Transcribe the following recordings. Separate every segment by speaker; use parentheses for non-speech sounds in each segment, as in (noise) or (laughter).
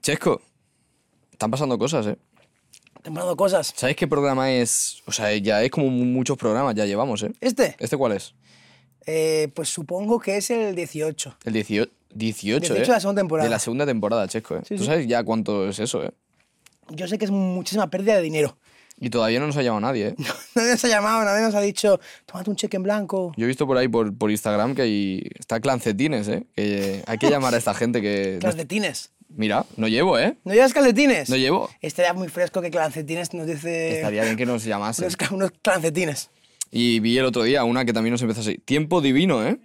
Speaker 1: Chesco, están pasando cosas, ¿eh?
Speaker 2: Están pasando cosas.
Speaker 1: ¿Sabes qué programa es? O sea, ya es como mu- muchos programas, ya llevamos, ¿eh?
Speaker 2: ¿Este?
Speaker 1: ¿Este cuál es?
Speaker 2: Eh, pues supongo que es el 18.
Speaker 1: El 18, 18 ¿eh?
Speaker 2: de la segunda temporada.
Speaker 1: De la segunda temporada, Chesco, ¿eh?
Speaker 2: Sí,
Speaker 1: Tú
Speaker 2: sí.
Speaker 1: sabes ya cuánto es eso, ¿eh?
Speaker 2: Yo sé que es muchísima pérdida de dinero. (laughs)
Speaker 1: Y todavía no nos ha llamado nadie, ¿eh?
Speaker 2: Nadie nos ha llamado, nadie nos ha dicho, tómate un cheque en blanco.
Speaker 1: Yo he visto por ahí, por, por Instagram, que hay... Está Clancetines, ¿eh? Que hay que llamar a esta gente
Speaker 2: (laughs)
Speaker 1: que...
Speaker 2: Calcetines.
Speaker 1: Mira, no llevo, ¿eh?
Speaker 2: ¿No llevas calcetines?
Speaker 1: No llevo.
Speaker 2: Estaría muy fresco que calcetines nos dice...
Speaker 1: Estaría bien que nos llamasen.
Speaker 2: (laughs) unos, ca- unos calcetines.
Speaker 1: Y vi el otro día una que también nos empezó así. Tiempo divino, ¿eh?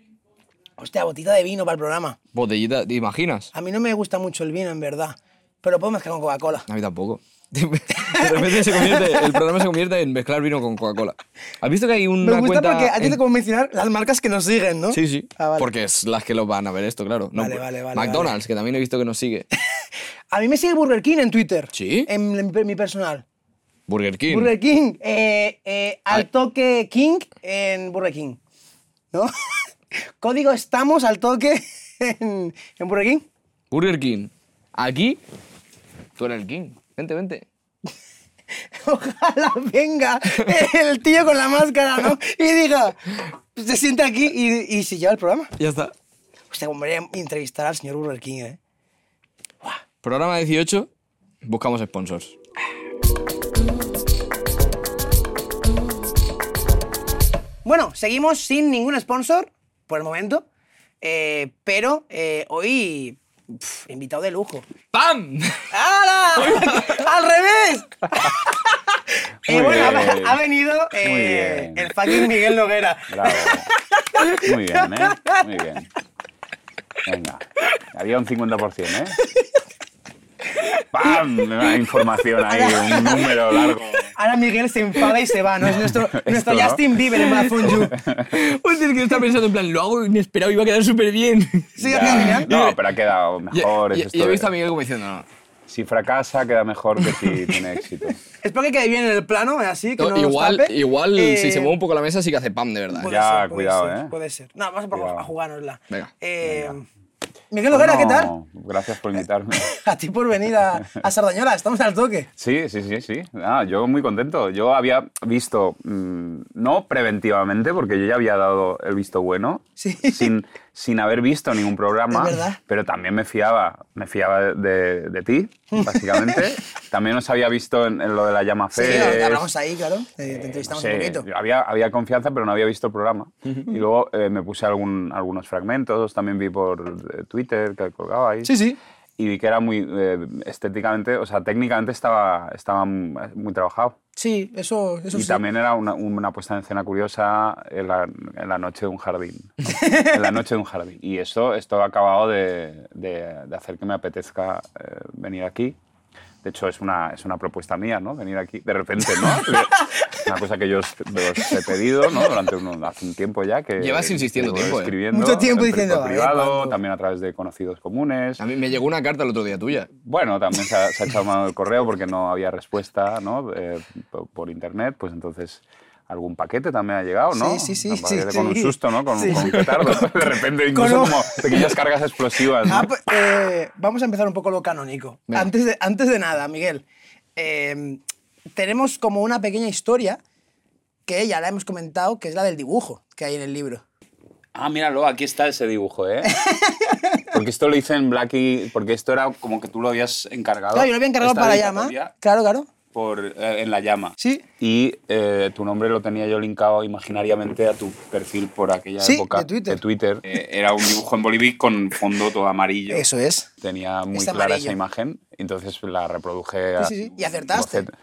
Speaker 2: Hostia, botita de vino para el programa.
Speaker 1: Botellita, ¿te imaginas?
Speaker 2: A mí no me gusta mucho el vino, en verdad. Pero puedo mezclar con Coca-Cola.
Speaker 1: A mí tampoco. (laughs) De repente se convierte, el programa se convierte en mezclar vino con Coca-Cola. ¿Has visto que hay una
Speaker 2: me gusta
Speaker 1: cuenta
Speaker 2: porque a ti
Speaker 1: en-
Speaker 2: te como mencionar las marcas que nos siguen, ¿no?
Speaker 1: Sí, sí.
Speaker 2: Ah, vale.
Speaker 1: Porque es las que lo van a ver esto, claro. No,
Speaker 2: Vale,
Speaker 1: pues,
Speaker 2: vale, vale,
Speaker 1: McDonald's, que también he visto que nos sigue.
Speaker 2: A mí me sigue Burger King en Twitter.
Speaker 1: ¿Sí?
Speaker 2: En, en mi personal.
Speaker 1: Burger King.
Speaker 2: Burger King. Eh, eh, al toque King en Burger King. ¿No? (laughs) Código estamos al toque en, en Burger King. (laughs)
Speaker 1: Burger King. Aquí, tú eres el King. Vente, vente.
Speaker 2: Ojalá venga el tío con la máscara, ¿no? Y diga, "Pues, se sienta aquí y, y se lleva el programa.
Speaker 1: Ya está.
Speaker 2: Hostia, como me gustaría entrevistar al señor Burger King, ¿eh?
Speaker 1: Programa 18, buscamos sponsors.
Speaker 2: Bueno, seguimos sin ningún sponsor por el momento, eh, pero eh, hoy pf, invitado de lujo. (laughs)
Speaker 1: ¡Pam!
Speaker 2: ¡Hala! (laughs) ¡Al revés! Eh,
Speaker 3: Muy
Speaker 2: bueno, ha-
Speaker 3: bien.
Speaker 2: ha venido eh,
Speaker 3: bien.
Speaker 2: el fucking Miguel Noguera.
Speaker 3: Bravo. Muy bien, ¿eh? Muy bien. Venga. Había un 50%, ¿eh? ¡Pam! Una información ahí, un número largo.
Speaker 2: Ahora Miguel se enfada y se va, ¿no? Es
Speaker 3: (laughs)
Speaker 2: nuestro, nuestro
Speaker 3: ¿no?
Speaker 2: Justin Bieber en Marathon
Speaker 3: (laughs)
Speaker 2: You.
Speaker 1: Hostia, es que está pensando en plan, lo hago inesperado y va a quedar súper bien.
Speaker 2: Sigue
Speaker 3: Ya.
Speaker 2: haciendo Miguel.
Speaker 3: No, pero ha quedado
Speaker 1: Y,
Speaker 3: mejor. es
Speaker 1: y-
Speaker 3: esto
Speaker 1: y he
Speaker 3: de-
Speaker 1: visto a Miguel como diciendo, no, no.
Speaker 3: Si fracasa, queda mejor que si
Speaker 2: (laughs)
Speaker 3: tiene éxito.
Speaker 2: Espero que quede bien en el plano, así, que
Speaker 1: No,
Speaker 2: no, nos
Speaker 1: igual,
Speaker 2: tape.
Speaker 1: igual si
Speaker 2: Eh,
Speaker 1: se mueve un poco la mesa sí que hace pam, de verdad.
Speaker 2: puede
Speaker 3: Ya,
Speaker 2: ser, puede
Speaker 3: cuidado,
Speaker 2: ser,
Speaker 3: ¿eh?
Speaker 2: Puede ser. No, vamos a, por-
Speaker 3: Cuidado. Oh,
Speaker 2: a jugárnosla.
Speaker 1: Venga,
Speaker 2: Eh, Miguel Noguera, ¿qué tal? (laughs)
Speaker 3: No, Gracias por invitarme.
Speaker 2: A ti por venir a, a Sardañola, estamos al toque.
Speaker 3: Sí, sí, sí, sí. Ah, yo muy contento. Yo había visto, mm, no preventivamente, porque yo ya había dado el visto bueno,
Speaker 2: Sí.
Speaker 3: sin, sin haber visto ningún programa,
Speaker 2: Es verdad.
Speaker 3: pero también me fiaba, me fiaba de, de- de ti,
Speaker 2: (laughs)
Speaker 3: básicamente. también os había visto en, en lo de la llama
Speaker 2: Sí,
Speaker 3: Fest.
Speaker 2: hablamos ahí, claro. Te, te
Speaker 3: Eh,
Speaker 2: entrevistamos
Speaker 3: no sé,
Speaker 2: un poquito.
Speaker 3: Había, había confianza, pero no había visto el programa. Y luego eh, me puse algún, algunos fragmentos, también vi por eh, Twitter que colgaba ahí
Speaker 2: sí.
Speaker 3: y vi que era muy eh, estéticamente, o sea, técnicamente estaba, estaba m- muy trabajado.
Speaker 2: Sí, eso, eso
Speaker 3: y
Speaker 2: sí.
Speaker 3: también era una, una puesta en escena curiosa en la, en la noche de un jardín.
Speaker 2: (laughs)
Speaker 3: en la noche de un jardín. Y eso, esto ha acabado de, de- de hacer que me apetezca eh, venir aquí. De hecho, es una, es una propuesta mía, ¿no? Venir aquí de repente,
Speaker 2: (laughs)
Speaker 3: ¿no? una cosa que yo os, os he pedido, ¿no? Durante un, hace un tiempo ya que...
Speaker 1: Llevas insistiendo
Speaker 3: llevo
Speaker 1: tiempo, ¿eh?
Speaker 3: escribiendo
Speaker 2: Mucho tiempo
Speaker 3: en
Speaker 2: diciendo,
Speaker 3: privado,
Speaker 2: a ver, ¿cuándo?
Speaker 3: también a través de conocidos comunes.
Speaker 1: A mí me llegó una carta el otro día tuya.
Speaker 3: Bueno, también se ha, se ha echado mano el correo porque no había respuesta ¿no? Eh, po- por internet, pues entonces algún paquete también ha llegado, ¿no?
Speaker 2: Sí, sí, sí,
Speaker 3: Un paquete
Speaker 2: sí,
Speaker 3: con
Speaker 2: sí.
Speaker 3: un susto, ¿no? Con,
Speaker 2: Sí,
Speaker 3: con
Speaker 2: sí.
Speaker 3: un petardo. De repente incluso
Speaker 2: un-
Speaker 3: como pequeñas cargas explosivas. ¿no?
Speaker 2: Ah, pues, eh, vamos a empezar un poco lo canónico.
Speaker 1: Venga.
Speaker 2: Antes de, antes de nada, Miguel, eh, tenemos como una pequeña historia que ya la hemos comentado, que es la del dibujo que hay en el libro.
Speaker 3: Ah, míralo, aquí está ese dibujo,
Speaker 2: (laughs)
Speaker 3: ¿eh? Porque esto lo hice en Blackie, porque esto era como que tú lo habías encargado.
Speaker 2: Claro, yo lo había encargado
Speaker 3: esta
Speaker 2: para llama.
Speaker 3: dedicatoria,
Speaker 2: Claro, claro.
Speaker 3: Por, eh, en la llama.
Speaker 2: Sí.
Speaker 3: Y eh, tu nombre lo tenía yo linkado imaginariamente a tu perfil por aquella
Speaker 2: Sí,
Speaker 3: época
Speaker 2: de Twitter.
Speaker 3: Eh, era un dibujo en Bolivic con fondo todo amarillo.
Speaker 2: Eso es.
Speaker 3: Tenía muy
Speaker 2: Es
Speaker 3: clara
Speaker 2: amarillo.
Speaker 3: esa imagen, entonces la reproduje.
Speaker 2: Sí, sí, sí. ¿Y acertaste?
Speaker 3: boceto.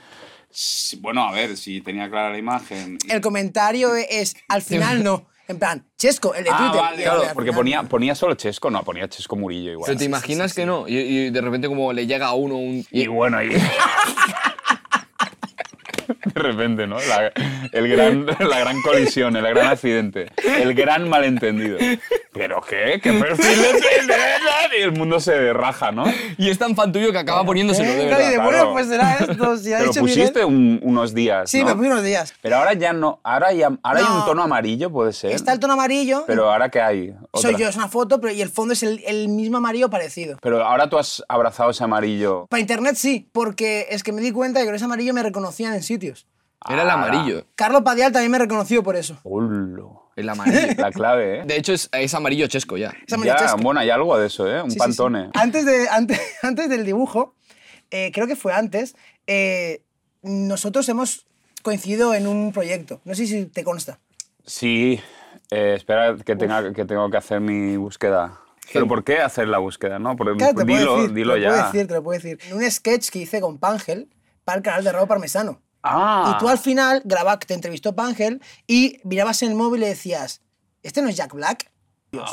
Speaker 3: Sí, Bueno, a ver, si tenía clara la imagen. y-
Speaker 2: El comentario es, al final no. En plan, Chesco, el de
Speaker 3: ah,
Speaker 2: Twitter.
Speaker 3: vale,
Speaker 2: Y el de
Speaker 3: claro,
Speaker 2: al
Speaker 3: porque
Speaker 2: final
Speaker 3: ponía, ponía solo Chesco, no, ponía Chesco Murillo igual.
Speaker 1: Pero te imaginas que no. Y, y de repente como le llega a uno un...
Speaker 3: Y bueno, y... (laughs) De repente, ¿no? La, el gran, la gran colisión, el gran accidente, el gran malentendido. ¿Pero qué? ¿Qué perfil le tiene? Y el mundo se raja, ¿no?
Speaker 1: Y es tan fan tuyo que acaba poniéndoselo de
Speaker 2: Claro, y de,
Speaker 1: verdad.
Speaker 3: claro.
Speaker 2: bueno, pues será esto. Si ha
Speaker 3: (laughs) Pero
Speaker 2: dicho Miguel-
Speaker 3: pusiste un- unos días.
Speaker 2: Sí,
Speaker 3: ¿no?
Speaker 2: me puse unos días.
Speaker 3: Pero ahora ya no. Ahora, ya, ahora hay
Speaker 2: No.
Speaker 3: un tono amarillo, puede ser.
Speaker 2: Está el tono amarillo.
Speaker 3: Pero ahora qué hay.
Speaker 2: soy
Speaker 3: Otra.
Speaker 2: yo, es una foto, pero y el fondo es el, el mismo amarillo parecido.
Speaker 3: Pero ahora tú has abrazado ese amarillo.
Speaker 2: Para internet sí, porque es que me di cuenta que con ese amarillo me reconocían en sitios.
Speaker 1: Era el
Speaker 3: Ah.
Speaker 1: amarillo.
Speaker 2: Carlos Padial también me reconoció por eso.
Speaker 3: Ulo.
Speaker 1: El amarillo.
Speaker 3: La clave, ¿eh?
Speaker 1: De hecho, es, es amarillo chesco ya.
Speaker 2: Ese amarillo
Speaker 3: Ya,
Speaker 2: chesco.
Speaker 3: bueno, hay algo de eso, ¿eh? Un
Speaker 2: Sí, sí, sí.
Speaker 3: pantone.
Speaker 2: Antes, de, antes, (laughs) antes del dibujo, eh, creo que fue antes, eh, nosotros hemos coincidido en un proyecto. No sé si te consta.
Speaker 3: Sí, eh, espera que, tenga, que tengo que hacer mi búsqueda. ¿Pero por qué hacer la búsqueda? No, Porque
Speaker 2: Claro, te lo
Speaker 3: Mm, dilo,
Speaker 2: puedo decir,
Speaker 3: dilo
Speaker 2: te lo
Speaker 3: ya.
Speaker 2: puedo decir, te lo puedo decir. En un sketch que hice con Pangel para el canal de Raúl Parmesano.
Speaker 3: Ah,
Speaker 2: Y tú al final grababa, te entrevistó Pangel y mirabas en el móvil y decías, ¿este no es Jack Black?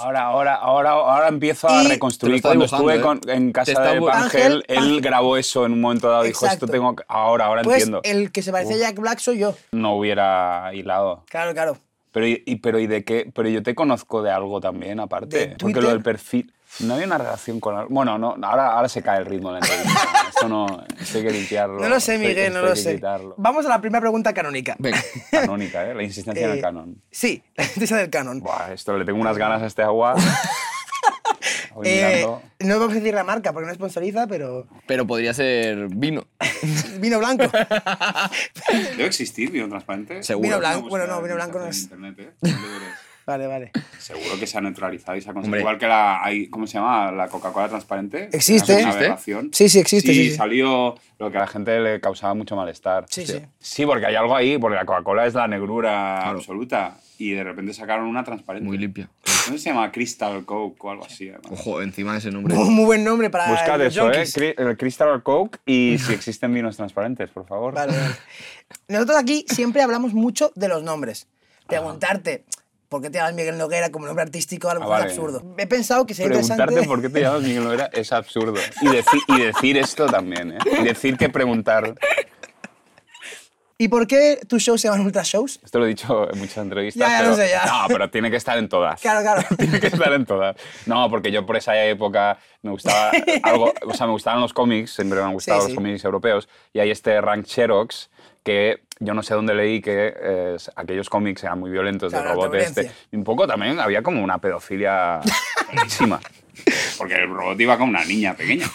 Speaker 3: ahora, ahora, ahora, ahora empiezo
Speaker 2: Y-
Speaker 3: a
Speaker 2: Te lo
Speaker 3: reconstruir.
Speaker 1: está
Speaker 3: Cuando
Speaker 1: dibujando,
Speaker 3: estuve
Speaker 1: ¿eh?
Speaker 3: con- en casa
Speaker 1: Te está
Speaker 3: de
Speaker 1: bu-
Speaker 3: Ángel,
Speaker 2: Ángel,
Speaker 3: él
Speaker 2: Ángel.
Speaker 3: grabó eso en un momento dado. Dijo, esto
Speaker 2: Exacto.
Speaker 3: tengo que- Ahora, ahora
Speaker 2: Pues
Speaker 3: Ah, entiendo.
Speaker 2: el que se parece a Jack Black soy yo.
Speaker 3: No hubiera hilado.
Speaker 2: Claro, claro.
Speaker 3: Pero, y, y- pero, ¿y de qué? Pero yo te conozco de algo también, aparte.
Speaker 2: ¿De
Speaker 3: porque lo
Speaker 2: Twitter?
Speaker 3: del perfil. No había una relación con. al- Bueno, no, ahora, ahora se cae el ritmo de la entrevista.
Speaker 2: (laughs)
Speaker 3: Esto no. Esto hay que limpiarlo.
Speaker 2: No lo sé,
Speaker 3: esto hay-
Speaker 2: Miguel,
Speaker 3: esto
Speaker 2: no
Speaker 3: hay
Speaker 2: lo
Speaker 3: que
Speaker 2: sé.
Speaker 3: quitarlo.
Speaker 2: Vamos a la primera pregunta canónica.
Speaker 1: Venga.
Speaker 3: Canónica, ¿eh? La insistencia en
Speaker 2: Eh,
Speaker 3: el canon.
Speaker 2: Sí, (laughs) la noticia del canon.
Speaker 3: Buah, esto le tengo unas ganas a este
Speaker 2: (laughs)
Speaker 3: agua. Voy
Speaker 2: Eh,
Speaker 3: mirando.
Speaker 2: no vamos a decir la marca porque no sponsoriza, pero (laughs)
Speaker 1: Pero podría ser vino.
Speaker 2: vino
Speaker 3: (laughs)
Speaker 2: blanco.
Speaker 3: ¿Debe existir vino transparente?
Speaker 1: Seguro.
Speaker 2: Vino blanco, bueno, no, vino blanco no es.
Speaker 3: ¿eh?
Speaker 2: Vale, vale.
Speaker 3: Seguro que se ha neutralizado y se ha
Speaker 1: Hombre.
Speaker 3: conseguido. Igual que la, hay- ¿cómo se llama? La Coca-Cola transparente.
Speaker 2: Existe.
Speaker 3: Era una
Speaker 1: ¿Existe?
Speaker 3: aberración.
Speaker 2: Sí, sí, existe, sí, sí.
Speaker 3: salió lo que a la gente le causaba mucho malestar.
Speaker 2: Sí,
Speaker 3: Hostia.
Speaker 2: sí.
Speaker 3: Sí, porque hay algo ahí, porque la Coca-Cola es la negrura
Speaker 1: Claro.
Speaker 3: absoluta. Y de repente sacaron una transparente.
Speaker 1: Muy limpia.
Speaker 3: ¿Cómo se llama? Crystal Coke o algo así. además.
Speaker 1: Ojo, encima de ese nombre.
Speaker 2: Muy muy buen nombre para
Speaker 3: Buscad
Speaker 2: los
Speaker 3: eso, ¿eh?
Speaker 2: junkies.
Speaker 3: Cri- El Crystal Coke
Speaker 2: (laughs)
Speaker 3: y si existen vinos transparentes, por favor.
Speaker 2: Vale, vale. Nosotros aquí siempre hablamos mucho de los nombres. Preguntarte por qué te llamas Miguel Noguera como nombre artístico a lo
Speaker 3: Ah,
Speaker 2: mejor
Speaker 3: vale.
Speaker 2: es absurdo. He pensado que sería
Speaker 3: Preguntarte
Speaker 2: interesante.
Speaker 3: por qué te llamas Miguel Noguera es absurdo. Y, deci- y decir esto también, ¿eh? Y decir que preguntar.
Speaker 2: ¿Y por qué tus shows se llaman Ultra Shows?
Speaker 3: Esto lo he dicho en muchas entrevistas.
Speaker 2: Ya, ya
Speaker 3: pero,
Speaker 2: lo sé, ya.
Speaker 3: No, pero tiene que estar en todas.
Speaker 2: Claro,
Speaker 3: (laughs)
Speaker 2: claro.
Speaker 3: tiene que estar en todas. No, porque yo por esa época me gustaba algo, o sea, me gustaban los cómics, siempre me han gustado
Speaker 2: Sí,
Speaker 3: los
Speaker 2: sí.
Speaker 3: cómics europeos, y hay este Rank Xerox que yo no sé dónde leí que eh, aquellos cómics eran muy violentos de
Speaker 2: Claro,
Speaker 3: robot
Speaker 2: la
Speaker 3: este.
Speaker 2: violencia.
Speaker 3: Y un poco también había como una pedofilia encima. Porque el robot iba con una niña pequeña.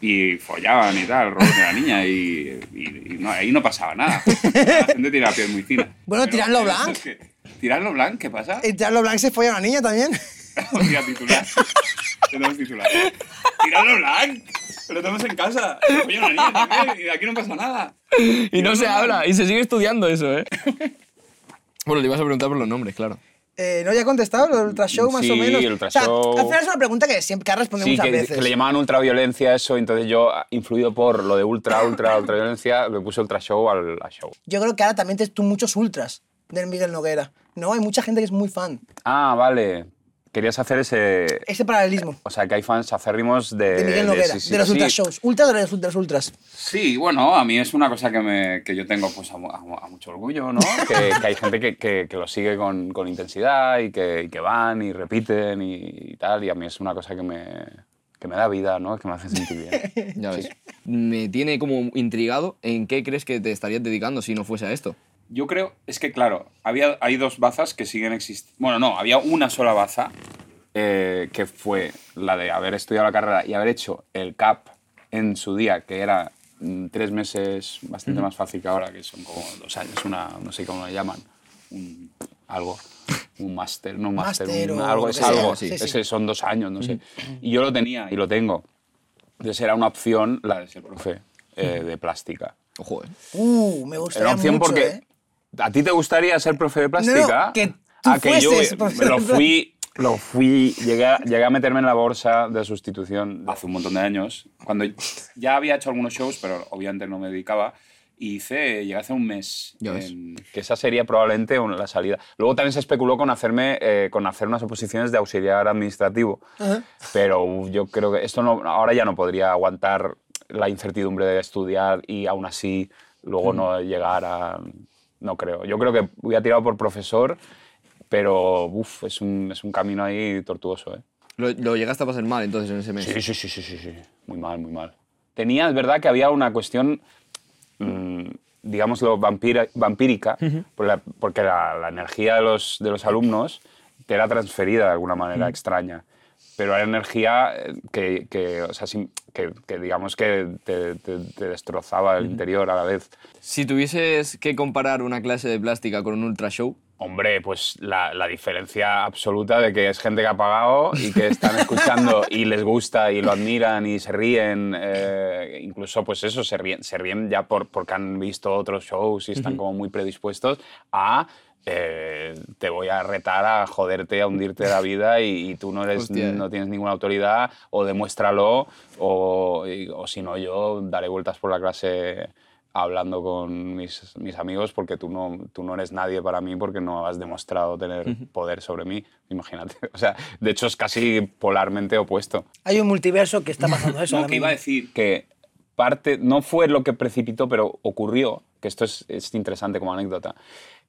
Speaker 3: Y follaban y tal, el robot de la niña, y, y- y no- ahí no pasaba nada. La gente tiene la piel muy fina.
Speaker 2: Bueno, Tirando
Speaker 3: pero
Speaker 2: Blanc.
Speaker 3: es que- ¿Tirando Blanc? ¿Qué pasa?
Speaker 2: ¿Y Charlo Blanc se fue a una niña también?
Speaker 3: (laughs) Hostia, titular. Tenemos titular. Tirarlo blanc. Lo tenemos en casa. Oye, una niña también. Y de aquí no pasa nada.
Speaker 1: (laughs) Y no se habla, y se sigue estudiando eso, ¿eh? Bueno, le ibas a preguntar por los nombres, claro.
Speaker 2: Eh, ¿No había contestado lo del Ultra Show más
Speaker 3: Sí,
Speaker 2: o menos?
Speaker 3: el Ultra
Speaker 2: O sea,
Speaker 3: Show.
Speaker 2: al final es una pregunta que siempre que has respondido
Speaker 3: Sí,
Speaker 2: muchas
Speaker 3: que,
Speaker 2: veces.
Speaker 3: que le llamaban ultraviolencia eso. Entonces yo, influido por lo de ultra, ultra, ultraviolencia, le puse ultra show al a show.
Speaker 2: Yo creo que ahora también tienes tú muchos ultras del Miguel Noguera. No, hay mucha gente que es muy fan.
Speaker 3: Ah, vale. Querías hacer ese...
Speaker 2: Ese paralelismo
Speaker 3: O sea, que hay fans acérrimos de...
Speaker 2: de Miguel Noguera,
Speaker 3: Eh, sí, sí,
Speaker 2: de los
Speaker 3: sí.
Speaker 2: ultra shows. Ultra de los, de los ultras.
Speaker 3: Sí, bueno, a mí es una cosa que, me, que yo tengo pues, a, mu- a mu- a mucho orgullo, ¿no? que, que hay gente que, que- que lo sigue con, con intensidad y que, y que van y repiten y, y tal, y a mí es una cosa que me, que me da vida, ¿no? Que me hace sentir bien.
Speaker 1: Ya
Speaker 2: (laughs)
Speaker 1: ves. Me tiene como intrigado en qué crees que te estarías dedicando si no fuese a esto.
Speaker 4: Yo creo, es que claro, había, hay dos bazas que siguen existiendo. Bueno, no, había una sola baza
Speaker 3: Eh, que fue la de haber estudiado la carrera y haber hecho el CAP en su día, que era mm, tres meses bastante más fácil que ahora, que son como dos años, una, no sé cómo lo llaman, un, algo, un máster, no un máster,
Speaker 2: Máster
Speaker 3: un
Speaker 2: o
Speaker 3: algo,
Speaker 2: lo
Speaker 3: es
Speaker 2: que sea,
Speaker 3: algo,
Speaker 2: sí,
Speaker 3: es-
Speaker 2: sí.
Speaker 3: son dos años, no sé. Y yo lo tenía y lo tengo. Entonces era una opción la de ser profe eh, de plástica.
Speaker 1: Ojo, ¿eh?
Speaker 2: Uh, me
Speaker 3: Era
Speaker 2: gustaría
Speaker 3: opción
Speaker 2: mucho,
Speaker 3: porque
Speaker 2: ¿eh?
Speaker 3: a ti te gustaría ser profe de plástica.
Speaker 2: No, no, que tú
Speaker 3: Ah, que yo
Speaker 2: fueses
Speaker 3: eh,
Speaker 2: profe
Speaker 3: me
Speaker 2: de
Speaker 3: lo
Speaker 2: plástica.
Speaker 3: fui, lo fui, llegué a, llegué a meterme en la bolsa de sustitución
Speaker 4: hace un montón de años, cuando ya había hecho algunos shows, pero obviamente no me dedicaba, y hice, llegué hace un mes.
Speaker 1: Ya ves.
Speaker 4: en-
Speaker 3: que esa sería probablemente un- la salida. Luego también se especuló con hacerme eh, con hacer unas oposiciones de auxiliar administrativo, pero uf, yo creo que esto no, ahora ya no podría aguantar la incertidumbre de estudiar y aún así luego no llegar a no creo. Yo creo que voy a tirar por profesor
Speaker 5: Pero, uff, es un, es un camino ahí tortuoso, ¿eh?
Speaker 1: Lo, lo llegaste a pasar mal entonces en ese mes.
Speaker 5: Sí, sí, sí, sí, sí, sí. Muy mal, muy mal. Tenía, es verdad que había una cuestión, mm, digámoslo, vampira- vampírica, por la- porque la, la energía de los, de los alumnos te era transferida de alguna manera extraña. Pero era energía eh, que, que, o sea, sin- que, que digamos que te, te- te destrozaba el interior a la vez.
Speaker 1: Si tuvieses que comparar una clase de plástica con un ultra show,
Speaker 5: Hombre, pues la, la diferencia absoluta de que es gente que ha pagado y que están escuchando y les gusta y lo admiran y se ríen. eh, incluso, pues eso, se ríen, se ríen ya por, porque han visto otros shows y están como muy predispuestos a eh, te voy a retar a joderte, a hundirte la vida y, y tú no, eres,
Speaker 1: Hostia, eh.
Speaker 5: no tienes ninguna autoridad o demuéstralo o, y- o si no yo daré vueltas por la clase hablando con mis, mis amigos porque tú no, tú no eres nadie para mí porque no has demostrado tener poder sobre mí, imagínate. (laughs) O sea, de hecho es casi polarmente opuesto.
Speaker 2: Hay un multiverso que está pasando eso.
Speaker 3: (laughs) No,
Speaker 2: ahora
Speaker 3: que iba a
Speaker 2: mismo.
Speaker 3: decir,
Speaker 5: Que parte, no fue lo que precipitó, pero ocurrió, que esto es, es interesante como anécdota,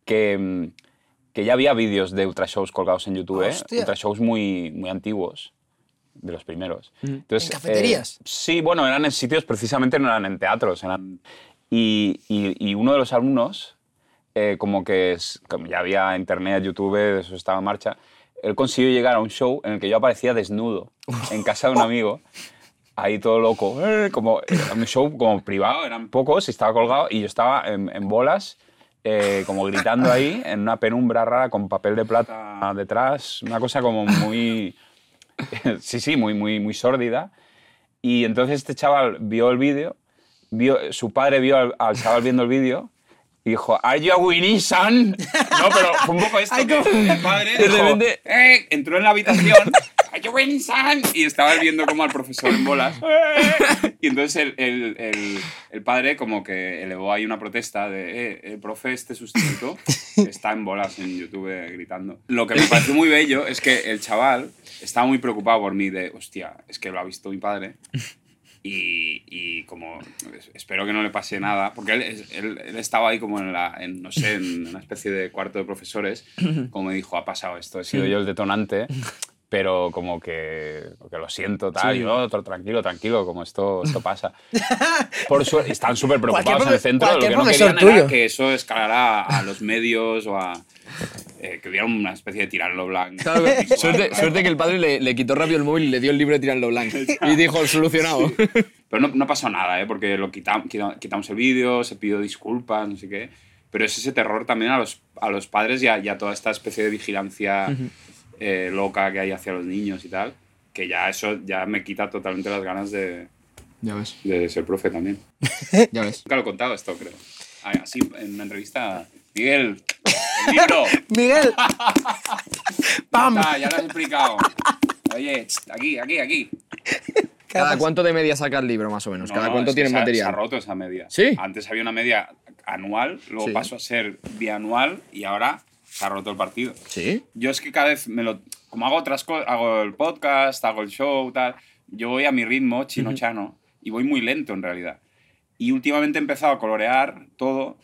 Speaker 5: que, mm, que ya había vídeos de ultrashows colgados en YouTube, ¿eh?
Speaker 6: Hostia.
Speaker 5: ultrashows muy, muy antiguos de los primeros. Entonces,
Speaker 6: Mm. ¿En cafeterías?
Speaker 5: eh, sí, bueno, eran en sitios, precisamente no eran en teatros. Eran, y, y- y uno de los alumnos, eh, como que es- como ya había internet, YouTube, eso estaba en marcha, él consiguió llegar a un show en el que yo aparecía desnudo en casa de
Speaker 6: (laughs)
Speaker 5: un amigo. Ahí todo loco, eh, como era un show como privado, eran pocos, y estaba colgado y yo estaba en, en bolas, eh, como gritando ahí, en una penumbra rara con papel de plata detrás, una cosa como muy, (laughs) sí, sí, muy, muy, muy sórdida. Y entonces este chaval vio el vídeo, vio, su padre vio al, al chaval viendo el vídeo y dijo, ¿Are you a Winnie, son? No, pero fue un poco esto.
Speaker 3: Ay, como- el padre
Speaker 1: De
Speaker 3: dijo,
Speaker 1: repente-
Speaker 3: "Eh", entró en la habitación "Ay, qué buen san", y estaba viendo como al profesor en
Speaker 1: (laughs)
Speaker 3: bolas "Eh". y entonces el, el- el- el padre como que elevó ahí una protesta de "Eh, el profe este sustituto está en bolas en YouTube gritando lo que me pareció muy bello es que el chaval estaba muy preocupado por mí de hostia es que lo ha visto mi padre y, y como es- espero que no le pase nada, porque él, es- él- él estaba ahí como en, la, en, no sé, en una especie de cuarto
Speaker 6: (laughs)
Speaker 3: de profesores, como me dijo, ha pasado esto, he
Speaker 5: he sido
Speaker 3: sido yo.
Speaker 5: yo el detonante, pero como que, que lo siento, tal,
Speaker 1: Sí.
Speaker 5: y yo, otro, tranquilo, tranquilo, como esto, esto
Speaker 6: (laughs)
Speaker 5: pasa. Por su- están súper preocupados en
Speaker 6: profe-
Speaker 5: el centro, lo
Speaker 6: cualquier
Speaker 5: que no
Speaker 6: profesor
Speaker 5: querían
Speaker 3: Era
Speaker 6: tuyo.
Speaker 3: que eso escalara a los medios o a... eh, que hubiera una especie de tirarlo blanco. (laughs)
Speaker 1: Claro, (laughs)
Speaker 3: Visual,
Speaker 1: suerte,
Speaker 3: claro.
Speaker 1: suerte que el padre le, le quitó rápido el móvil y le dio el libre de tirarlo blanco. Y dijo, solucionado.
Speaker 3: Pero no, no pasó nada, ¿eh? porque lo quitamos, quitamos el vídeo, se pidió disculpas, no sé qué. Pero es ese terror también a los, a los padres y a, y a toda esta especie de vigilancia eh, loca que hay hacia los niños y tal, que ya eso ya me quita totalmente las ganas de,
Speaker 1: Ya ves,
Speaker 3: de ser profe también.
Speaker 1: ya ves.
Speaker 3: Nunca lo he contado esto, creo. Ah, Así, en una entrevista, Miguel, el libro, (laughs)
Speaker 2: Miguel, ¡pam!
Speaker 3: Ah, ya lo has explicado. Oye, tss, aquí, aquí, aquí.
Speaker 1: ¿Cada cuánto de media saca el libro, más o menos?
Speaker 3: No,
Speaker 1: ¿Cada
Speaker 3: no,
Speaker 1: cuánto
Speaker 3: es que
Speaker 1: tienen
Speaker 3: se ha- Se ha
Speaker 1: material?
Speaker 3: roto esa media.
Speaker 1: ¿Sí?
Speaker 3: Antes había una media anual, luego
Speaker 1: Sí.
Speaker 3: pasó a ser bianual y ahora se ha roto el partido.
Speaker 1: Sí.
Speaker 3: Yo es que cada vez me lo. Como hago otras cosas, hago el podcast, hago el show, tal. Yo voy a mi ritmo chino-chano y voy muy lento en realidad. Y últimamente he empezado a colorear todo.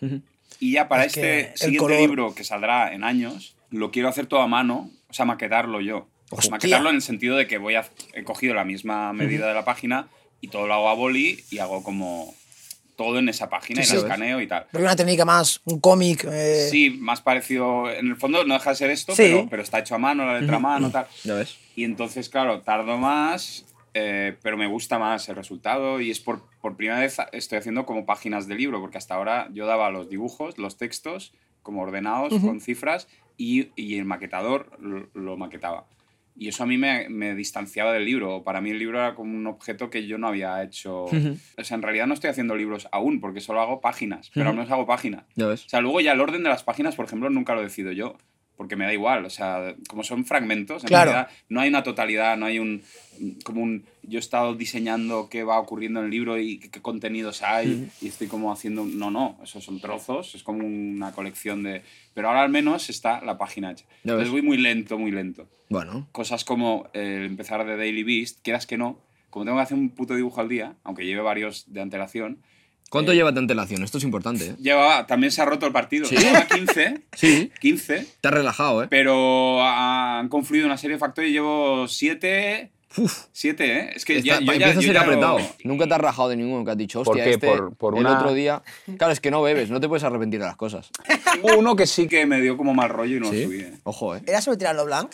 Speaker 3: Y ya para
Speaker 2: Es que
Speaker 3: este
Speaker 2: el
Speaker 3: siguiente
Speaker 2: color-
Speaker 3: libro que saldrá en años, lo quiero hacer todo a mano, o sea, maquetarlo yo.
Speaker 2: Hostia.
Speaker 3: Maquetarlo en el sentido de que voy a, he cogido la misma medida de la página y todo lo hago a boli y hago como todo en esa página
Speaker 1: Sí,
Speaker 3: y lo
Speaker 1: sí.
Speaker 3: escaneo y tal.
Speaker 6: Pero una técnica más, un cómic. eh,
Speaker 3: Sí, más parecido. En el fondo no deja de ser esto,
Speaker 2: Sí.
Speaker 3: pero, pero está hecho a mano, la letra a mano, tal.
Speaker 1: Ya ves.
Speaker 3: Y entonces, claro, tardo más, eh, pero me gusta más el resultado y es por, por primera vez estoy haciendo como páginas de libro, porque hasta ahora yo daba los dibujos, los textos, como ordenados, con cifras, y, y el maquetador lo, lo maquetaba. Y eso a mí me, me distanciaba del libro. Para mí el libro era como un objeto que yo no había hecho. O sea, en realidad no estoy haciendo libros aún, porque solo hago páginas, pero al menos hago páginas.
Speaker 1: Ya ves.
Speaker 3: O sea, luego ya el orden de las páginas, por ejemplo, nunca lo decido yo, porque me da igual. O sea, como son fragmentos, en
Speaker 6: Claro.
Speaker 3: realidad no hay una totalidad, no hay un. Como un. Yo he estado diseñando qué va ocurriendo en el libro y qué, qué contenidos hay, y estoy como haciendo. un- No, no, esos son trozos, es como una colección de. Pero ahora al menos está la página hecha.
Speaker 1: Ya
Speaker 3: Entonces
Speaker 1: ves.
Speaker 3: voy muy lento, muy lento.
Speaker 1: Bueno.
Speaker 3: Cosas como eh, empezar de Daily Beast, quieras que no, como tengo que hacer un puto dibujo al día, aunque lleve varios de antelación.
Speaker 1: ¿Cuánto lleva de antelación? Esto es importante, ¿eh?
Speaker 7: Llevaba, también se ha roto el partido. Llevaba 15,
Speaker 3: (laughs)
Speaker 1: Sí.
Speaker 7: 15,
Speaker 1: Te has relajado, ¿eh?
Speaker 7: pero han confluido una serie de factores y llevo 7,
Speaker 1: Uf,
Speaker 7: 7, ¿eh? Es que
Speaker 1: está-
Speaker 7: ya, yo ya-
Speaker 1: empieza a
Speaker 7: yo
Speaker 1: ser
Speaker 7: ya lo-
Speaker 1: apretado. Nunca te has rajado de ninguno que has dicho, hostia,
Speaker 3: qué?
Speaker 1: este,
Speaker 3: Por- por
Speaker 1: el
Speaker 3: una-
Speaker 1: otro día... Claro, es que no bebes, no te puedes arrepentir de las cosas.
Speaker 7: Hubo uno que sí que me dio como mal rollo y no lo subí, ¿eh?
Speaker 1: Ojo, ¿eh?
Speaker 2: ¿Era sobre tirarlo blanco?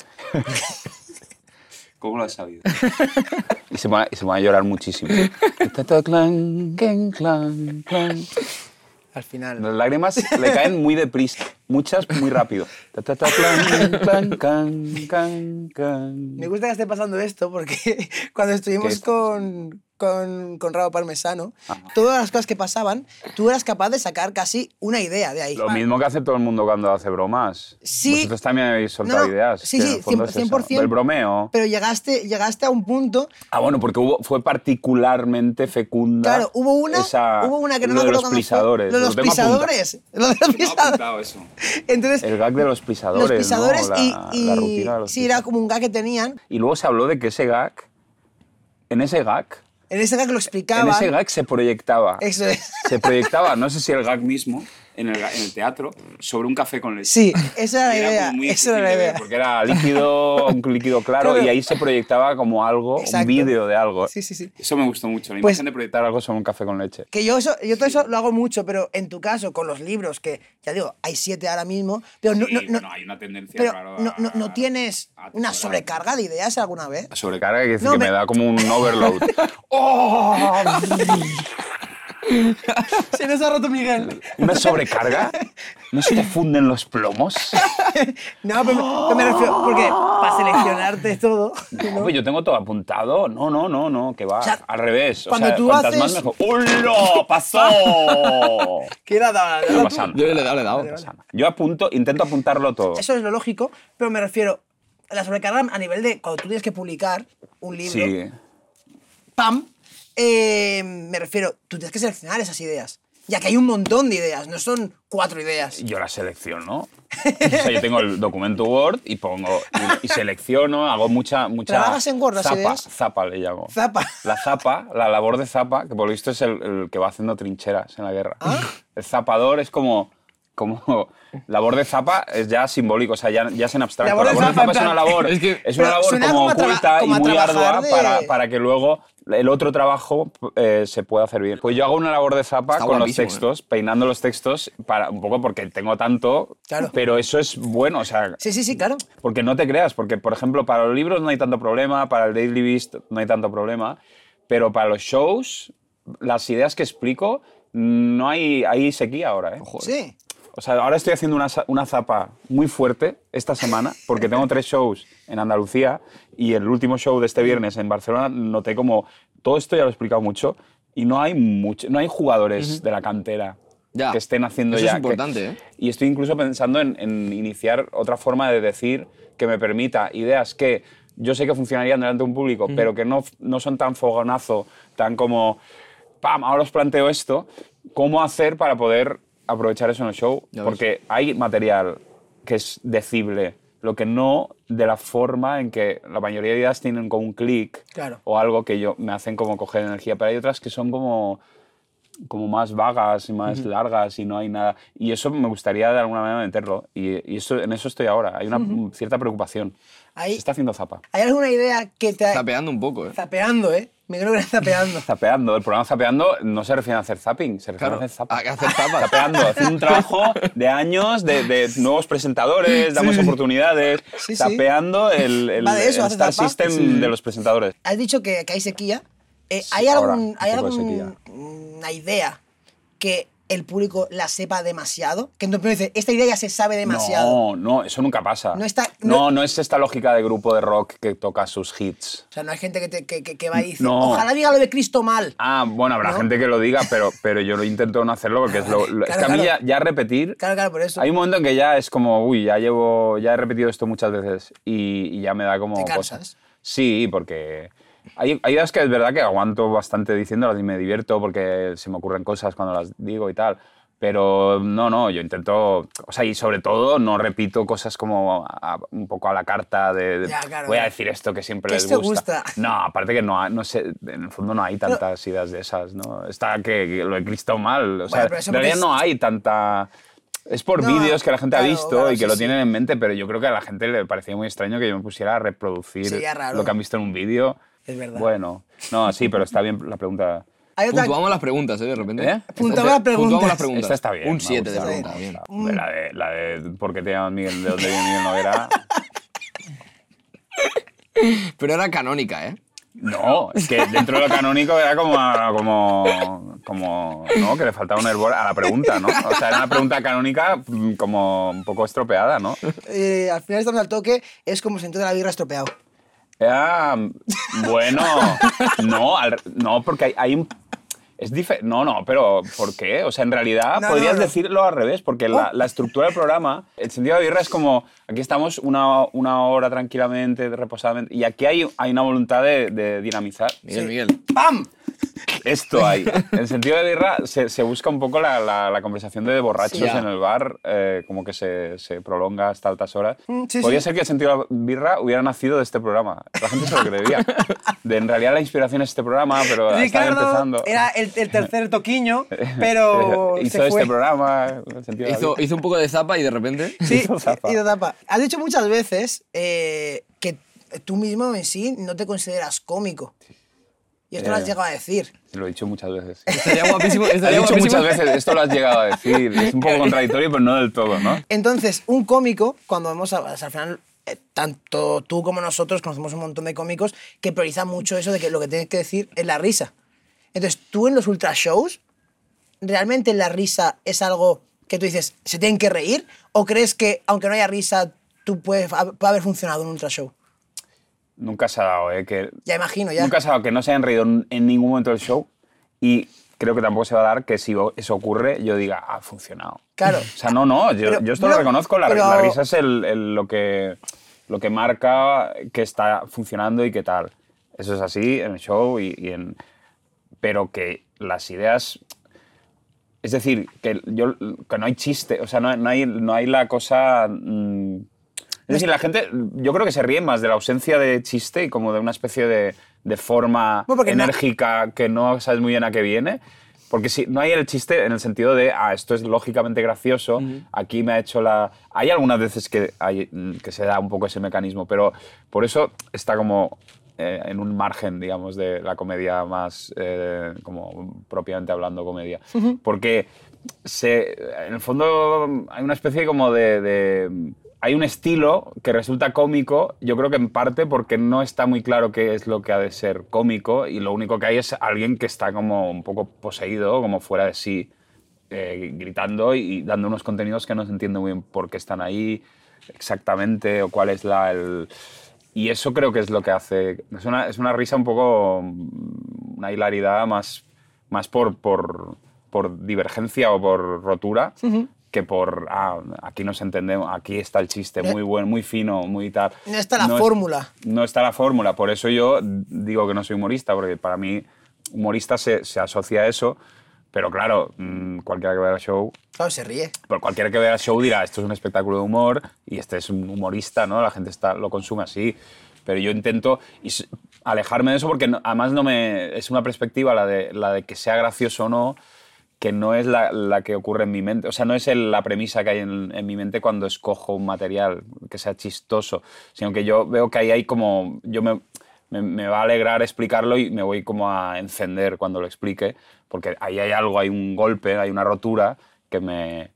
Speaker 7: ¿Cómo lo has sabido?
Speaker 3: (laughs) Y se, van, a- y se van a llorar muchísimo. Ta, ta, clan, clan, clan, clan.
Speaker 2: Al final.
Speaker 3: Las lágrimas le caen muy deprisa, muchas muy rápido. Ta, ta, ta, clan, clan, can, can, can.
Speaker 2: Me gusta que esté pasando esto porque (laughs) cuando
Speaker 3: ¿Qué
Speaker 2: estuvimos
Speaker 3: está Ah.
Speaker 2: con, con, con Rabo Parmesano, todas las cosas que pasaban, tú eras capaz de sacar casi una idea de ahí.
Speaker 7: Ah.
Speaker 3: Lo mismo que hace todo el mundo cuando hace bromas.
Speaker 2: Sí.
Speaker 3: Vosotros también habéis soltado
Speaker 2: No, no,
Speaker 3: ideas.
Speaker 2: sí,
Speaker 3: que
Speaker 2: sí,
Speaker 3: en el fondo es
Speaker 2: 100%.
Speaker 3: eso, El bromeo.
Speaker 2: Pero llegaste, llegaste a un punto
Speaker 3: Ah, bueno, porque hubo, fue particularmente fecunda.
Speaker 2: Claro, hubo una,
Speaker 3: esa-
Speaker 2: hubo una que no
Speaker 3: lo
Speaker 2: me acuerdo
Speaker 3: de los
Speaker 2: cuándo fue.
Speaker 3: pisadores.
Speaker 2: Lo de los
Speaker 3: tengo apuntado.
Speaker 7: (laughs)
Speaker 2: pisadores. Lo de los
Speaker 7: No ha
Speaker 2: pisadores.
Speaker 7: apuntado eso.
Speaker 2: Entonces,
Speaker 3: El gag de los pisadores.
Speaker 2: los pisadores
Speaker 3: ¿no? La-
Speaker 2: y,
Speaker 3: la
Speaker 2: y-
Speaker 3: rutina de los
Speaker 2: sí, era
Speaker 3: pisadores.
Speaker 2: como un gag que tenían.
Speaker 3: Y luego se habló de que ese gag. En ese gag.
Speaker 2: En ese gag lo
Speaker 3: En
Speaker 2: explicaban.
Speaker 3: ese gag se proyectaba.
Speaker 2: Eso es.
Speaker 3: Se proyectaba, no sé si el
Speaker 7: El gag
Speaker 3: gag.
Speaker 7: mismo, en el, en el teatro, sobre un café con leche.
Speaker 2: Sí, esa era la
Speaker 7: Era
Speaker 2: idea.
Speaker 7: como muy ¿eh?
Speaker 2: Esa era la
Speaker 7: difícil de ver,
Speaker 2: idea.
Speaker 3: Porque era líquido, un líquido claro,
Speaker 2: Claro.
Speaker 3: y ahí se proyectaba como algo,
Speaker 2: Exacto.
Speaker 3: un vídeo de algo.
Speaker 2: Sí, sí, sí.
Speaker 7: Eso me gustó mucho, la
Speaker 2: Pues-
Speaker 7: imagen de proyectar.
Speaker 3: Proyectar algo sobre un café con leche.
Speaker 2: Que yo, eso, yo todo eso lo hago mucho, pero en tu caso, con los libros, que ya digo, hay siete ahora mismo, pero no,
Speaker 7: Sí,
Speaker 2: no, no-
Speaker 7: bueno, hay una tendencia,
Speaker 2: pero
Speaker 7: claro,
Speaker 2: no, no-
Speaker 7: a-
Speaker 2: no tienes
Speaker 7: a
Speaker 2: una
Speaker 7: atesorar.
Speaker 2: sobrecarga de ideas alguna vez.
Speaker 3: La sobrecarga que,
Speaker 2: No,
Speaker 3: que
Speaker 2: me-
Speaker 3: me... da como un overload.
Speaker 2: (laughs) Se nos ha roto Miguel.
Speaker 3: ¿Una sobrecarga? ¿No se te funden
Speaker 2: (laughs)
Speaker 3: los plomos?
Speaker 2: No, pero me- pero me refiero, porque para seleccionarte todo.
Speaker 3: No, pues yo tengo todo apuntado. No, no, no, no, que va.
Speaker 2: sea,
Speaker 3: al revés. O
Speaker 2: cuando
Speaker 3: sea,
Speaker 2: tú
Speaker 3: cuantas
Speaker 2: haces-
Speaker 3: más mejor. ¡Hola! ¡Pasó!
Speaker 2: (laughs) Que era da- da-
Speaker 3: No
Speaker 2: da-
Speaker 3: pasa nada.
Speaker 1: Yo le he dado, le he dado.
Speaker 3: no pasa nada. Yo apunto, intento apuntarlo todo.
Speaker 2: Eso es lo lógico, pero me refiero a la sobrecarga a nivel de cuando tú tienes que publicar un libro,
Speaker 3: Sí.
Speaker 2: ¡pam! eh, me refiero, tú tienes que seleccionar esas ideas. Ya que hay un montón de ideas, no son cuatro ideas.
Speaker 3: Yo la selecciono. O sea, yo tengo el documento Word y pongo y, y selecciono, hago mucha mucha
Speaker 2: ¿Trabajas en Word las
Speaker 3: zapa,
Speaker 2: ideas?
Speaker 3: zapa le llamo.
Speaker 2: Zapa.
Speaker 3: La zapa, la labor de zapa, que por lo visto es el, el que va haciendo trincheras en la guerra.
Speaker 2: Ah.
Speaker 3: El zapador es como como labor de zapa es ya simbólico, o sea, ya, ya es en abstracto.
Speaker 2: Labor de zapa, en
Speaker 3: es una
Speaker 2: plan-
Speaker 3: labor,
Speaker 1: Es que-
Speaker 3: es una
Speaker 2: Pero
Speaker 3: labor
Speaker 2: suena
Speaker 3: como
Speaker 2: como a traba-
Speaker 3: oculta
Speaker 2: como a
Speaker 3: y muy
Speaker 2: trabajar
Speaker 3: ardua
Speaker 2: de-
Speaker 3: para, para que luego el otro trabajo eh, se pueda hacer bien. Pues yo hago una labor de zapa
Speaker 1: Está
Speaker 3: con los
Speaker 1: guapísimo, ¿eh?
Speaker 3: textos textos, peinando los textos, para, un poco porque tengo tanto,
Speaker 2: Claro.
Speaker 3: pero eso es bueno, o sea,
Speaker 2: Sí, sí, sí, claro.
Speaker 3: porque no te creas, porque por ejemplo para los libros no hay tanto problema, para el Daily Beast no hay tanto problema, pero para los shows, las ideas que explico, no hay, hay sequía ahora, ¿eh?
Speaker 2: Sí.
Speaker 3: O sea, ahora estoy haciendo una, sa- una zapa muy fuerte esta semana, porque tengo tres shows en Andalucía y el último show de este viernes en Barcelona noté como todo esto ya lo he explicado mucho y no hay mucho, no hay jugadores de la cantera
Speaker 1: Ya.
Speaker 3: que estén haciendo
Speaker 1: Eso es
Speaker 3: ya. que-
Speaker 1: importante, ¿eh?
Speaker 3: Y estoy incluso pensando en, en iniciar otra forma de decir que me permita ideas que yo sé que funcionarían delante de un público, pero que no, no son tan fogonazo, tan como pam, ahora os planteo esto, cómo hacer para poder aprovechar eso en el show,
Speaker 1: Ya ves.
Speaker 3: porque hay material que es decible, lo que no de la forma en que la mayoría de ideas tienen como un clic
Speaker 2: Claro.
Speaker 3: o algo que yo me hacen como coger energía, pero hay otras que son como como más vagas y más largas y no hay nada y eso me gustaría de alguna manera meterlo y, y eso en eso estoy ahora hay una cierta preocupación
Speaker 2: Ahí-
Speaker 3: se está haciendo zapa
Speaker 2: ¿Hay alguna idea que te ha...
Speaker 1: Zapeando un poco, ¿eh?
Speaker 2: Zapeando, ¿eh? Me creo que era zapeando. (laughs)
Speaker 3: Zapeando. El programa Zapeando no se refiere a hacer zapping, se refiere
Speaker 1: Claro,
Speaker 3: a hacer zapas.
Speaker 1: a hacer zapas.
Speaker 2: (laughs)
Speaker 3: Zapeando, hacer un trabajo de años, de, de nuevos presentadores, damos oportunidades.
Speaker 2: Sí, sí.
Speaker 3: Zapeando el, el,
Speaker 2: Va de eso,
Speaker 3: el
Speaker 2: hace
Speaker 3: star
Speaker 2: zapa.
Speaker 3: system de los presentadores.
Speaker 2: Has dicho que, que hay sequía. Eh,
Speaker 3: Sí,
Speaker 2: ¿Hay
Speaker 3: ahora,
Speaker 2: algún,
Speaker 3: un
Speaker 2: hay
Speaker 3: poco de
Speaker 2: alguna idea que el público la sepa demasiado? Que entonces dice, esta idea ya se sabe demasiado.
Speaker 3: No, no, eso nunca pasa.
Speaker 2: No está-
Speaker 3: no,
Speaker 2: no-
Speaker 3: no es esta lógica de grupo de rock que toca sus hits.
Speaker 2: O sea, no hay gente que, te- que, que- que va y dice,
Speaker 3: No.
Speaker 2: ojalá diga lo de Cristo mal.
Speaker 3: Ah, bueno, habrá
Speaker 2: ¿No?
Speaker 3: gente que lo diga, pero, pero yo lo intento no hacerlo porque es lo. lo- es
Speaker 2: Claro,
Speaker 3: que a mí
Speaker 2: claro.
Speaker 3: ya, ya repetir.
Speaker 2: Claro, claro, por eso.
Speaker 3: Hay un momento en que ya es como, uy, ya llevo, ya he repetido esto muchas veces y, y ya me da como
Speaker 2: ¿Te cansas?
Speaker 3: cosas. Sí, porque hay, hay ideas que es verdad que aguanto bastante diciéndolas y me divierto porque se me ocurren cosas cuando las digo y tal. Pero no, no, yo intento, o sea, y sobre todo no repito cosas como a- a- un poco a la carta de, de,
Speaker 2: Ya, claro,
Speaker 3: voy a
Speaker 2: ya.
Speaker 3: decir esto que siempre
Speaker 2: ¿Qué
Speaker 3: les
Speaker 2: te
Speaker 3: gusta.
Speaker 2: gusta?
Speaker 3: No, aparte que no, ha- no sé, en el fondo no hay tantas ideas de esas, ¿no? Está que, que lo he cristado mal, o sea,
Speaker 2: pero eso
Speaker 3: en realidad
Speaker 2: porque es-
Speaker 3: no hay tanta... Es por
Speaker 2: No,
Speaker 3: vídeos que la gente ha
Speaker 2: claro,
Speaker 3: visto
Speaker 2: claro,
Speaker 3: y que
Speaker 2: sí,
Speaker 3: lo
Speaker 2: sí.
Speaker 3: tienen en mente, pero yo creo que a la gente le parecía muy extraño que yo me pusiera a reproducir
Speaker 2: Sería raro.
Speaker 3: lo que han visto en un vídeo.
Speaker 2: Es verdad.
Speaker 3: Bueno, no, sí, pero está bien la pregunta.
Speaker 2: Hay otra-
Speaker 1: Puntuamos las preguntas, ¿eh? De repente.
Speaker 3: ¿Eh?
Speaker 8: Puntuamos las preguntas.
Speaker 1: Puntuamos las preguntas.
Speaker 3: Esta está bien.
Speaker 1: Un
Speaker 3: me
Speaker 1: 7 de
Speaker 3: gusta,
Speaker 1: preguntas.
Speaker 3: me
Speaker 1: Bien.
Speaker 3: gusta. De La de, la de ¿por qué te llamas Miguel? ¿De dónde viene Miguel Noguera?
Speaker 1: Pero era canónica, ¿eh?
Speaker 3: No, es que dentro de lo canónico era como, como, como ¿no? que le faltaba un hervor a la pregunta, ¿no? O sea, era una pregunta canónica mm, como un poco estropeada, ¿no?
Speaker 2: eh, al final estamos al toque, es como sentado de la birra estropeado.
Speaker 3: Ah, bueno, no, al- no, porque hay, hay un... Es dife- no, no, pero ¿por qué? O sea, en realidad
Speaker 2: No,
Speaker 3: podrías
Speaker 2: no, Oh. no.
Speaker 3: decirlo al revés, porque la, la estructura del programa, el sentido de birra es como, aquí estamos una, una hora tranquilamente, reposadamente, y aquí hay, hay una voluntad de, de dinamizar.
Speaker 1: Miguel, Miguel.
Speaker 2: ¡Pam!
Speaker 3: Esto hay. En sentido de birra se, se busca un poco la, la- la conversación de borrachos
Speaker 1: Sí, ya.
Speaker 3: en el bar, eh, como que se, se prolonga hasta altas horas.
Speaker 2: Mm, sí,
Speaker 3: Podría
Speaker 2: sí.
Speaker 3: ser que el sentido de la birra hubiera nacido de este programa. La gente se lo creería. De, en realidad la inspiración es este programa, pero estaba
Speaker 8: Ricardo
Speaker 3: empezando.
Speaker 8: era el, el tercer
Speaker 3: (laughs)
Speaker 8: toquiño, pero
Speaker 3: Hizo
Speaker 8: se fue.
Speaker 3: este programa. el sentido de la
Speaker 1: Hizo,
Speaker 3: birra.
Speaker 1: hizo un poco de zapa y de repente.
Speaker 2: (laughs) Sí, eh,
Speaker 3: Hizo tapa.
Speaker 2: y lo tapa. Has dicho muchas veces eh, que tú mismo en sí no te consideras cómico. Y esto lo
Speaker 3: Eh.
Speaker 2: has llegado a decir.
Speaker 3: Lo he dicho muchas
Speaker 8: (laughs)
Speaker 3: veces. sí.
Speaker 1: Estaría guapísimo.
Speaker 3: Lo he
Speaker 1: Estaría
Speaker 3: dicho
Speaker 1: guapísimo.
Speaker 3: muchas veces, esto lo has llegado a decir. Es un
Speaker 8: (laughs)
Speaker 3: poco contradictorio, pero no del todo, ¿no?
Speaker 2: Entonces, un cómico, cuando vemos, a- o sea, al final, eh, tanto tú como nosotros conocemos un montón de cómicos que priorizan mucho eso de que lo que tienes que decir es la risa. Entonces, tú en los ultra shows, ¿realmente la risa es algo que tú dices, se tienen que reír? ¿O crees que, aunque no haya risa, tú puedes, ha- puede haber funcionado un ultra show?
Speaker 3: Nunca se ha dado, ¿eh? Que
Speaker 2: Ya imagino, ya.
Speaker 3: Nunca se ha dado que no se hayan reído en en ningún momento del show y creo que tampoco se va a dar que si o- eso ocurre yo diga, ha funcionado.
Speaker 2: Claro.
Speaker 3: O sea, no, no, yo,
Speaker 2: Pero-
Speaker 3: yo esto
Speaker 2: no,
Speaker 3: lo reconozco, la,
Speaker 2: pero-
Speaker 3: la risa es el- el- lo, que, lo que marca que está funcionando y qué tal. Eso es así en el show y, y en... Pero que las ideas... Es decir, que, yo, que no hay chiste, o sea, no, no hay, no hay la cosa... mm, es decir, la gente, yo creo que se ríe más de la ausencia de chiste y como de una especie de, de forma
Speaker 2: Bueno, porque no-
Speaker 3: enérgica que no sabes muy bien a qué viene. Porque si no hay el chiste en el sentido de, ah, esto es lógicamente gracioso, aquí me ha hecho la... Hay algunas veces que, hay, mm, que se da un poco ese mecanismo, pero por eso está como eh, en un margen, digamos, de la comedia más, eh, como propiamente hablando, comedia. Porque se, en el fondo hay una especie como de- de hay un estilo que resulta cómico, yo creo que en parte porque no está muy claro qué es lo que ha de ser cómico y lo único que hay es alguien que está como un poco poseído, como fuera de sí, eh, gritando y dando unos contenidos que no se entiende muy bien por qué están ahí exactamente o cuál es la... el- Y eso creo que es lo que hace... Es una, es una risa un poco... mm, una hilaridad más, más por, por, por divergencia o por rotura. que por ah, aquí nos entendemos, aquí está el chiste, muy bueno, muy fino, muy tal.
Speaker 2: No está la
Speaker 3: es-
Speaker 2: fórmula.
Speaker 3: no está la fórmula. Por eso yo digo que no soy humorista, porque para mí humorista se, se asocia a eso. Pero claro, mm, cualquiera que vea el show,
Speaker 2: Claro, se ríe.
Speaker 3: pero cualquiera que vea el show dirá, esto es un espectáculo de humor y este es un humorista, ¿no? La gente está, lo consume así. Pero yo intento is- alejarme de eso porque no- además no me, es una perspectiva la de, la de que sea gracioso o no, que no es la, la que ocurre en mi mente. O sea, no es el- la premisa que hay en, en mi mente cuando escojo un material que sea chistoso, sino que yo veo que ahí hay como... Yo me, me, me va a alegrar explicarlo y me voy como a encender cuando lo explique, porque ahí hay algo, hay un golpe, hay una rotura que me,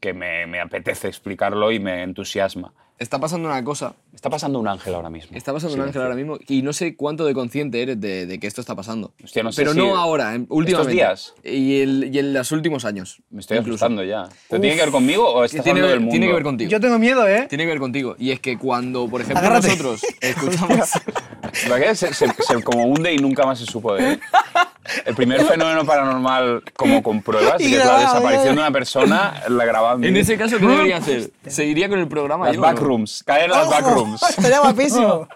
Speaker 3: que me, me apetece explicarlo y me entusiasma.
Speaker 1: Está pasando una cosa.
Speaker 3: Está pasando un ángel ahora mismo.
Speaker 1: Está pasando un ángel ahora mismo. Y no sé cuánto de consciente eres de, de que esto está pasando.
Speaker 3: Hostia, no sé
Speaker 1: Pero
Speaker 3: si-
Speaker 1: no ahora, en- últimamente.
Speaker 3: ¿Estos días?
Speaker 1: Y, el- y en los últimos años.
Speaker 3: Me estoy
Speaker 1: incluso.
Speaker 3: asustando ya. ¿Pero ¿Tiene que ver conmigo o está
Speaker 1: Tiene,
Speaker 3: hablando del mundo?
Speaker 1: tiene que ver contigo.
Speaker 8: Yo tengo miedo, ¿eh?
Speaker 1: Tiene que ver contigo. Y es que cuando, por ejemplo,
Speaker 8: Agárrate. (laughs)
Speaker 1: nosotros escuchamos.
Speaker 3: ¿Verdad que se, se- se como hunde y nunca más se supo de él? El primer fenómeno paranormal como con
Speaker 1: (laughs)
Speaker 3: pruebas,
Speaker 2: Y
Speaker 3: que es la
Speaker 2: grabado,
Speaker 3: desaparición de
Speaker 2: ya.
Speaker 3: una persona, la grabamos.
Speaker 1: En ese caso,
Speaker 8: (laughs)
Speaker 1: ¿qué debería hacer? ¿Seguiría con el programa
Speaker 3: Las
Speaker 1: yo o no?
Speaker 3: backrooms, caer en las
Speaker 2: ¡Ojo!
Speaker 3: backrooms.
Speaker 2: Oh,
Speaker 1: (laughs)
Speaker 2: (laughs)
Speaker 8: (laughs)
Speaker 2: Estaría guapísimo.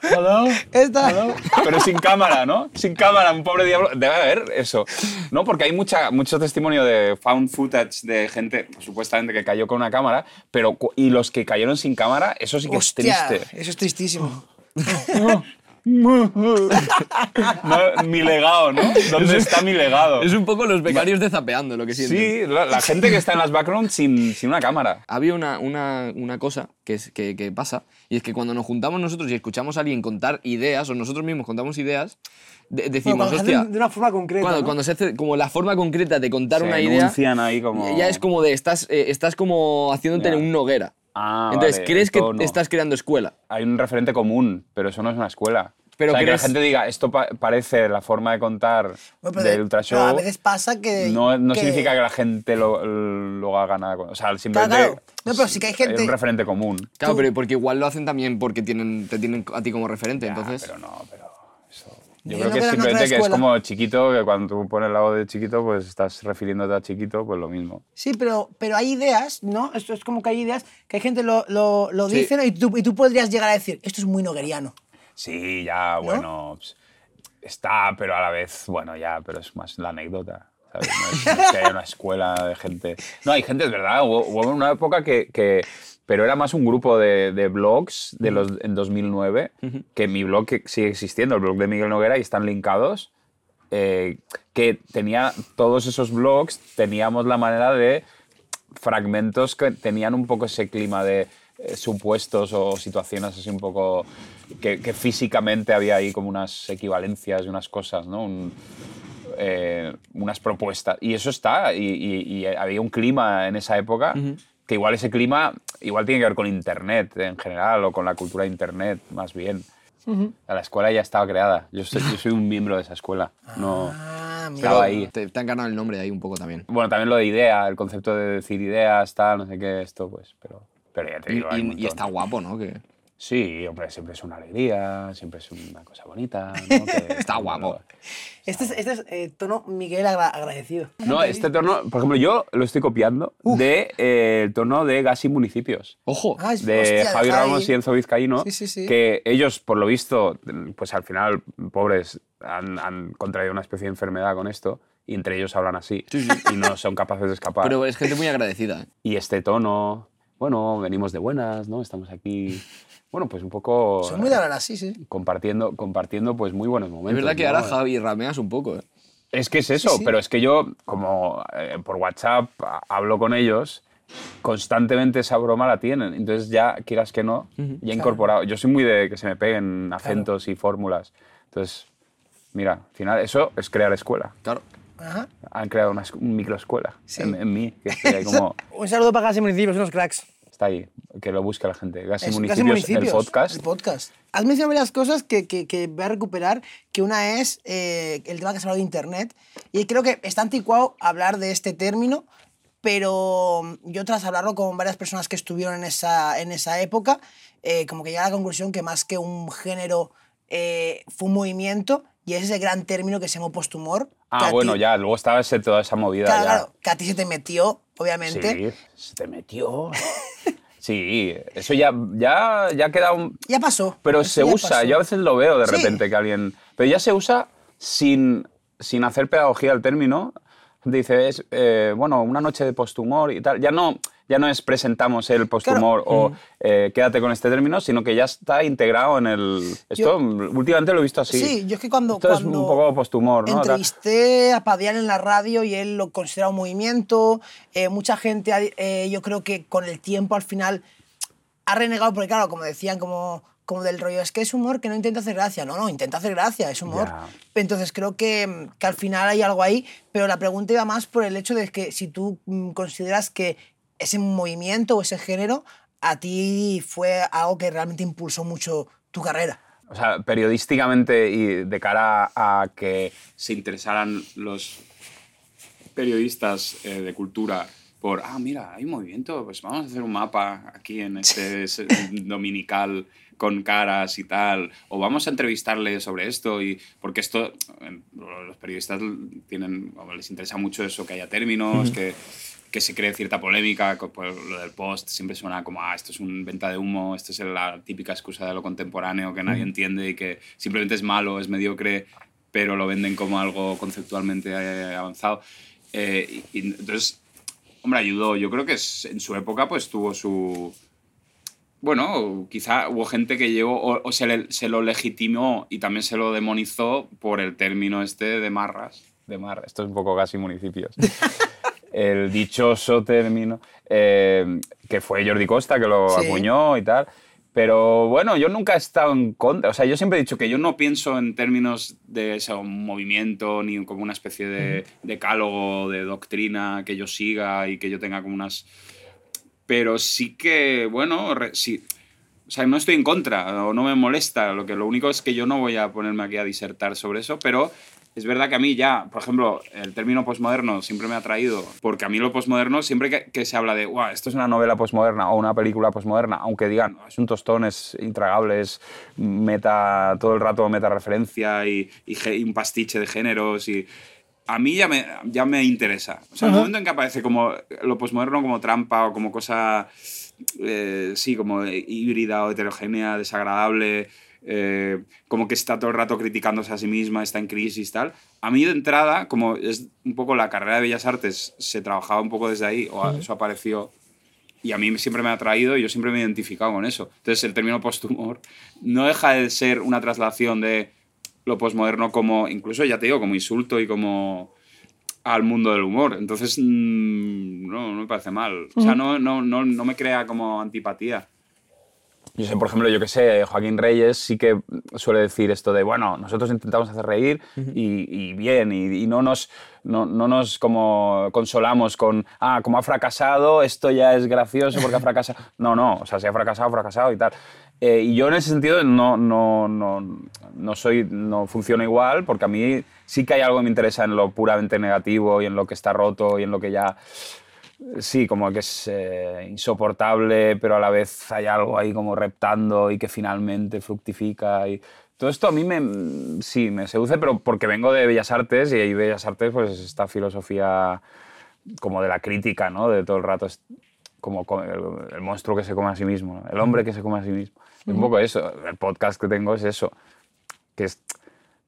Speaker 2: Esta.
Speaker 3: Pero sin cámara, ¿no? Sin cámara, un pobre diablo. Debe haber eso. No, porque hay mucha, mucho testimonio de found footage de gente, supuestamente, que cayó con una cámara, pero cu- y los que cayeron sin cámara, eso sí que
Speaker 2: Hostia,
Speaker 3: es triste. (laughs)
Speaker 2: Eso es tristísimo.
Speaker 8: Oh,
Speaker 3: No, mi legado, ¿no? ¿Dónde está mi legado?
Speaker 1: Es un poco los becarios de zapeando lo que sienten.
Speaker 3: Sí, la, la gente que está en las backrooms sin, sin una cámara.
Speaker 1: Había una, una, una cosa que, es- que, que pasa, y es que cuando nos juntamos nosotros y escuchamos a alguien contar ideas, o nosotros mismos contamos ideas, de-
Speaker 8: Bueno,
Speaker 1: decimos,
Speaker 8: cuando se hacen
Speaker 1: hostia,
Speaker 8: de una forma concreta.
Speaker 1: cuando,
Speaker 8: ¿no?
Speaker 1: cuando se hace como la forma concreta de contar
Speaker 3: Se
Speaker 1: una idea,
Speaker 3: enuncian ahí como-
Speaker 1: ya es como de, estás, eh, estás como haciéndote
Speaker 3: Ya.
Speaker 1: un noguera.
Speaker 3: Ah,
Speaker 1: Entonces,
Speaker 3: vale,
Speaker 1: crees que
Speaker 3: entonces no.
Speaker 1: estás creando escuela.
Speaker 3: Hay un referente común, pero eso no es una escuela.
Speaker 1: Pero
Speaker 3: o sea, que la
Speaker 1: crees-
Speaker 3: gente diga, esto pa- parece la forma de contar
Speaker 2: Bueno, pero
Speaker 3: del
Speaker 2: de-
Speaker 3: Ultra
Speaker 2: pero
Speaker 3: Show.
Speaker 2: a veces pasa que.
Speaker 3: No, no significa que la gente lo, lo haga nada. con- O sea, simplemente.
Speaker 2: claro. No, pero sí que hay gente-
Speaker 3: un referente común.
Speaker 1: Claro, pero porque igual lo hacen también porque tienen, te tienen a ti como referente, entonces...
Speaker 3: Ah, pero no, pero. Eso. Yo,
Speaker 2: Yo
Speaker 3: creo
Speaker 2: no
Speaker 3: que
Speaker 2: creo en
Speaker 3: es
Speaker 2: otra
Speaker 3: simplemente que es
Speaker 2: escuela.
Speaker 3: como chiquito, que cuando tú pones el lado de chiquito, pues estás refiriéndote a chiquito, pues lo mismo.
Speaker 2: Sí, pero, pero hay ideas, ¿no? Esto es como que hay ideas que hay gente lo, lo, lo
Speaker 1: Sí.
Speaker 2: dice ¿no? y, tú, y tú podrías llegar a decir, esto es muy nogueriano.
Speaker 3: Sí, ya, bueno. pues, está, pero a la vez, bueno, ya, pero es más la anécdota. ¿sabes? No es, no es que haya una escuela de gente. No, hay gente, es verdad. Hubo, hubo una época que. que- pero era más un grupo de, de blogs de los, en 2009, que mi blog que sigue existiendo, el blog de Miguel Noguera, y están linkados, eh, que tenía todos esos blogs, teníamos la manera de fragmentos que tenían un poco ese clima de eh, supuestos o situaciones así un poco que, que físicamente había ahí como unas equivalencias y unas cosas, ¿no? Un- eh, unas propuestas. Y eso está, y, y- y había un clima en esa época. Que igual ese clima, igual tiene que ver con Internet en general o con la cultura de Internet, más bien. La escuela ya estaba creada. Yo soy, yo soy un miembro de esa escuela. No,
Speaker 2: Ah, mira.
Speaker 3: estaba ahí.
Speaker 1: Te, te han ganado el nombre ahí un poco también.
Speaker 3: Bueno, también lo de idea, el concepto de decir ideas, tal, no sé qué, esto, pues, pero, pero ya te
Speaker 1: Y,
Speaker 3: digo, hay un
Speaker 1: y- y
Speaker 3: montón.
Speaker 1: está guapo, ¿no? Que...
Speaker 3: Sí, hombre, siempre es una alegría, siempre es una cosa bonita.
Speaker 1: (laughs)
Speaker 3: ¿no? Que-
Speaker 1: Está guapo.
Speaker 8: Este es, este es eh, tono Miguel agra- agradecido.
Speaker 3: No, este tono, por ejemplo, yo lo estoy copiando de eh, el tono de Gas y Municipios.
Speaker 1: ¡Ojo!
Speaker 2: Ah, es-
Speaker 3: de
Speaker 2: hostia,
Speaker 3: Javi Ramos y
Speaker 2: Javi.
Speaker 3: Enzo Vizcaíno,
Speaker 2: Sí, sí, sí.
Speaker 3: que ellos, por lo visto, pues al final, pobres, han, han contraído una especie de enfermedad con esto, y entre ellos hablan así, y no son capaces de escapar.
Speaker 1: Pero es gente muy agradecida. ¿eh?
Speaker 3: y este tono, bueno, venimos de buenas, ¿no?
Speaker 2: (laughs)
Speaker 3: Estamos aquí, bueno, pues un poco
Speaker 2: Son muy de hablar así, sí.
Speaker 3: compartiendo, compartiendo pues muy buenos momentos.
Speaker 1: Es verdad que
Speaker 3: ¿no?
Speaker 1: ahora Javi rameas un poco. ¿eh?
Speaker 3: Es que es eso,
Speaker 2: sí.
Speaker 3: pero es que yo, como eh, por WhatsApp a- hablo con ellos, constantemente esa broma la tienen. Entonces ya, quieras que no, ya he incorporado. Yo soy muy de que se me peguen acentos y fórmulas. Entonces, mira, al final eso es crear escuela.
Speaker 1: Claro.
Speaker 2: Ajá.
Speaker 3: Han creado una escu- un microescuela
Speaker 2: Sí.
Speaker 3: en, en mí, que estoy
Speaker 2: (laughs)
Speaker 3: ahí como...
Speaker 8: Un saludo para Gas y Municipios, unos cracks.
Speaker 3: Está ahí, que lo busque la gente. Gas y
Speaker 2: Es-
Speaker 3: municipios,
Speaker 2: casi
Speaker 3: el
Speaker 2: municipios, Pues
Speaker 3: podcast.
Speaker 2: El podcast. Has mencionado varias cosas que, que, que voy a recuperar, que una es eh, el tema que has hablado de Internet, y creo que está anticuado hablar de este término, pero mm, yo tras hablarlo con varias personas que estuvieron en esa, en esa época, eh, como que llegué a la conclusión que más que un género eh, fue un movimiento, y ese es el gran término que se llamó posthumor. que a
Speaker 3: ah,
Speaker 2: ti-
Speaker 3: bueno, ya, luego estaba ese- toda esa movida.
Speaker 2: Claro,
Speaker 3: ya.
Speaker 2: claro, que a ti se te metió, obviamente.
Speaker 3: Sí, se
Speaker 2: (laughs)
Speaker 3: te metió. sí, eso ya, ya, ya queda un...
Speaker 2: Ya pasó.
Speaker 3: Pero
Speaker 2: eso
Speaker 3: se
Speaker 2: ya
Speaker 3: usa,
Speaker 2: pasó.
Speaker 3: yo a veces lo veo de
Speaker 2: Sí.
Speaker 3: repente que alguien... Pero ya se usa sin, sin hacer pedagogía al término. Dice, es, eh, bueno, una noche de posthumor y tal. Ya no, ya no es presentamos el posthumor o
Speaker 2: Mm.
Speaker 3: eh, quédate con este término, sino que ya está integrado en el... Esto últimamente lo he visto así.
Speaker 2: Sí, yo es que cuando.
Speaker 3: Esto es
Speaker 2: cuando
Speaker 3: un poco posthumor, ¿no? Tal.
Speaker 2: Entrevisté a Padial en la radio y él lo considera un movimiento. Eh, mucha gente, ha di- eh, yo creo que con el tiempo al final ha renegado, porque claro, como decían, como, como del rollo, es que es humor que no intenta hacer gracia. No, no, intenta hacer gracia, es humor.
Speaker 3: Ya.
Speaker 2: Entonces creo que, que al final hay algo ahí, pero la pregunta iba más por el hecho de que si tú mm, consideras que ese movimiento o ese género a ti fue algo que realmente impulsó mucho tu carrera.
Speaker 3: O sea, periodísticamente y de cara a que
Speaker 7: se interesaran los periodistas eh, de cultura por, ah, mira, hay movimiento, pues vamos a hacer un mapa aquí en este se- dominical con caras y tal, o vamos a entrevistarle sobre esto, y porque esto, eh, los periodistas tienen, vamos, les interesa mucho eso, que haya términos, que, que se cree cierta polémica, co- por lo del post siempre suena como, ah, esto es un venta de humo, esto es la típica excusa de lo contemporáneo que nadie entiende y que simplemente es malo, es mediocre, pero lo venden como algo conceptualmente eh, avanzado. Eh, y- y entonces Hombre, ayudó. Yo creo que es- en su época pues tuvo su... Bueno, o quizá hubo gente que llegó o, o se, le- se lo legitimó y también se lo demonizó por el término este de marras.
Speaker 3: de mar. Esto es un poco casi municipios. El dichoso término, eh, que fue Jordi Costa que lo
Speaker 2: Sí.
Speaker 3: acuñó y tal. Pero bueno, yo nunca he estado en contra. O sea, yo siempre he dicho
Speaker 7: Dicho que yo no pienso en términos de ese movimiento ni como una especie de decálogo, de doctrina que yo siga y que yo tenga como unas... Pero sí que, bueno, re- sí, O sea, no estoy en contra o no me molesta. Lo, que, lo único es que yo no voy a ponerme aquí a disertar sobre eso, pero es verdad que a mí ya, por ejemplo, el término posmoderno siempre me ha traído, porque a mí lo posmoderno, siempre que, que se habla de, guau,
Speaker 3: esto es una novela posmoderna o una película posmoderna, aunque digan, "No, es un tostón, es intragable, es meta, todo el rato meta referencia.
Speaker 7: violencia y, y ge- y un pastiche de géneros y a mí ya me, ya me interesa. O sea, el momento en que aparece como lo posmoderno como trampa o como cosa, eh, sí, como híbrida o heterogénea, desagradable, eh, como que está todo el rato criticándose a sí misma, está en crisis tal. A mí de entrada, como es un poco la carrera de Bellas Artes, se trabajaba un poco desde ahí, o a- eso apareció y a mí siempre me ha atraído y yo siempre me he identificado con eso. Entonces el término posthumor no deja de ser una traslación de lo posmoderno como, incluso ya te digo, como insulto y como al mundo del humor. Entonces, mm, no, no me parece mal. O sea, no, no, no, no me crea como antipatía.
Speaker 3: Yo sé, por ejemplo, yo que sé, Joaquín Reyes sí que suele decir esto de, bueno, nosotros intentamos hacer reír y, y bien, y, y no nos, no, no nos como consolamos con, ah, como ha fracasado, esto ya es gracioso porque ha fracasado. No, no, o sea, si ha fracasado, ha fracasado y tal. Eh, y yo en ese sentido no, no, no, no soy, no funciona igual porque a mí sí que hay algo que me interesa en lo puramente negativo y en lo que está roto y en lo que ya... Sí, como que es eh, insoportable, pero a la vez hay algo ahí como reptando y que finalmente fructifica. Y... Todo esto a mí me, sí, me seduce, pero porque vengo de Bellas Artes y ahí Bellas Artes pues es esta filosofía como de la crítica, ¿no? De todo el rato es como co- el, el monstruo que se come a sí mismo, ¿no? el hombre que se come a sí mismo. Es un poco eso, el podcast que tengo es eso, que es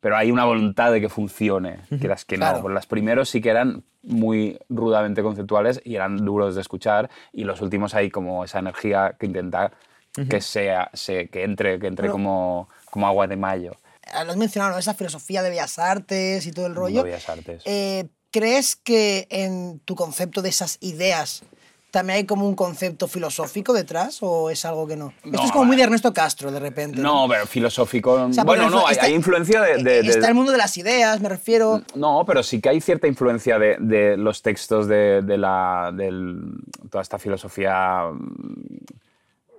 Speaker 3: pero hay una voluntad de que funcione, que las que no.
Speaker 2: Claro.
Speaker 3: Pues Las primeros sí que eran muy rudamente conceptuales y eran duros de escuchar, y los últimos hay como esa energía que intenta que sea, se- que entre, que entre como, como agua de mayo.
Speaker 2: Ah, Lo has mencionado, ¿no? esa filosofía de Bellas Artes y todo el
Speaker 3: Mundo
Speaker 2: rollo.
Speaker 3: de Bellas Artes.
Speaker 2: Eh, ¿Crees que en tu concepto de esas ideas también hay como un concepto filosófico detrás o es algo que no? Esto es como muy de Ernesto Castro, de repente.
Speaker 3: No, pero filosófico.
Speaker 2: O sea,
Speaker 3: bueno,
Speaker 2: porque
Speaker 3: no, hay,
Speaker 2: está-
Speaker 3: hay influencia de. de- de-
Speaker 2: Eh,
Speaker 3: Mm,
Speaker 2: Está el mundo de las ideas, me refiero.
Speaker 3: No, pero sí que hay cierta influencia de, de los textos de, de la, del, toda esta filosofía mm,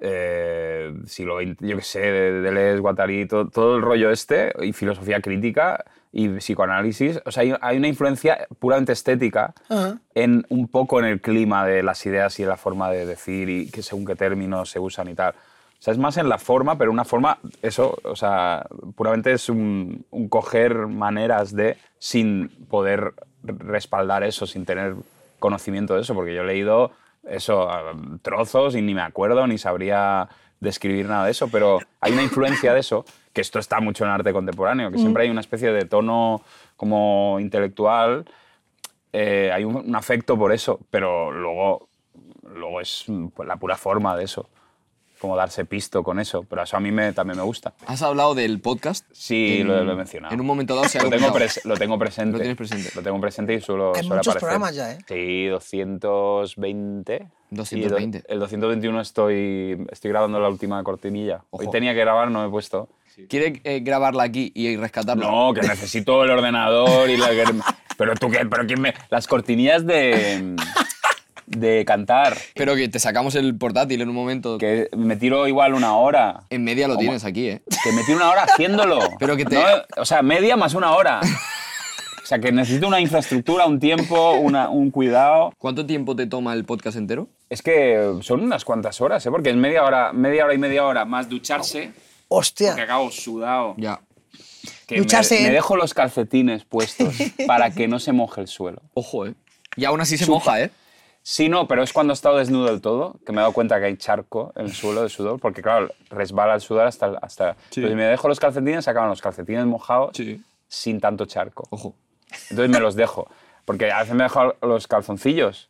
Speaker 3: eh, siglo XX, yo qué sé, de Deleuze, Guattari, to- todo, el rollo este, y filosofía crítica y psicoanálisis. O sea, hay, hay una influencia puramente estética
Speaker 2: Ajá.
Speaker 3: en un poco en el clima de las ideas y de la forma de decir y que según qué términos se usan y tal. O sea, es más en la forma, pero una forma, eso, o sea, puramente es un, un coger maneras de sin poder respaldar eso, sin tener conocimiento de eso, porque yo he leído eso, a trozos y ni me acuerdo, ni sabría describir nada de eso, pero hay una influencia de eso, que esto está mucho en arte contemporáneo, que siempre hay una especie de tono como intelectual, eh, hay un, un afecto por eso, pero luego, luego es mm, pues, la pura forma de eso, como darse pisto con eso, pero eso a mí me, también me gusta.
Speaker 1: Has hablado del podcast.
Speaker 3: Sí, lo, lo he mencionado.
Speaker 1: En un momento dado se ha
Speaker 3: lo tengo,
Speaker 1: comentado.
Speaker 3: pres- lo tengo presente.
Speaker 1: Lo tienes presente.
Speaker 3: Lo tengo presente y suelo,
Speaker 2: Hay
Speaker 3: suele
Speaker 2: muchos
Speaker 3: aparecer.
Speaker 2: programas ya, ¿eh?
Speaker 3: Sí, 220.
Speaker 1: 220.
Speaker 3: Y do- el 221 estoy, estoy grabando la última cortinilla. Hoy
Speaker 1: Ojo.
Speaker 3: tenía que grabar, no me he puesto.
Speaker 1: ¿Quiere eh, grabarla aquí y rescatarla?
Speaker 3: No, que necesito el ordenador y la... Pero tú qué, pero quién me... Las cortinillas de... De cantar.
Speaker 1: Pero que te sacamos el portátil en un momento.
Speaker 3: Que me tiro igual una hora.
Speaker 1: En media lo
Speaker 3: Oma-
Speaker 1: tienes aquí, ¿eh?
Speaker 3: Que me tiro una hora haciéndolo.
Speaker 1: Pero que te-
Speaker 3: No, o sea, media más una hora. O sea, que necesito una infraestructura, un tiempo, una- un cuidado.
Speaker 1: ¿Cuánto tiempo te toma el podcast entero?
Speaker 3: Es que son unas cuantas horas, ¿eh? Porque es media hora, media hora y media hora más
Speaker 7: Más ducharse, que
Speaker 2: Hostia.
Speaker 7: acabo sudado.
Speaker 1: Ya.
Speaker 3: que me-
Speaker 2: Ducharse
Speaker 3: me,
Speaker 2: en-
Speaker 3: dejo los calcetines puestos para que no se moje el suelo.
Speaker 1: Ojo, ¿eh? Y aún así se
Speaker 3: Chupa.
Speaker 1: moja, ¿eh?
Speaker 3: Sí, no, pero es cuando he estado desnudo del todo que me he dado cuenta que hay charco en el suelo de sudor, porque claro, resbala el sudor hasta... hasta
Speaker 1: Sí.
Speaker 3: Entonces me dejo los calcetines, se acaban los calcetines mojados
Speaker 1: Sí.
Speaker 3: sin tanto charco.
Speaker 1: Ojo.
Speaker 3: Entonces me los dejo, porque a veces me dejo los calzoncillos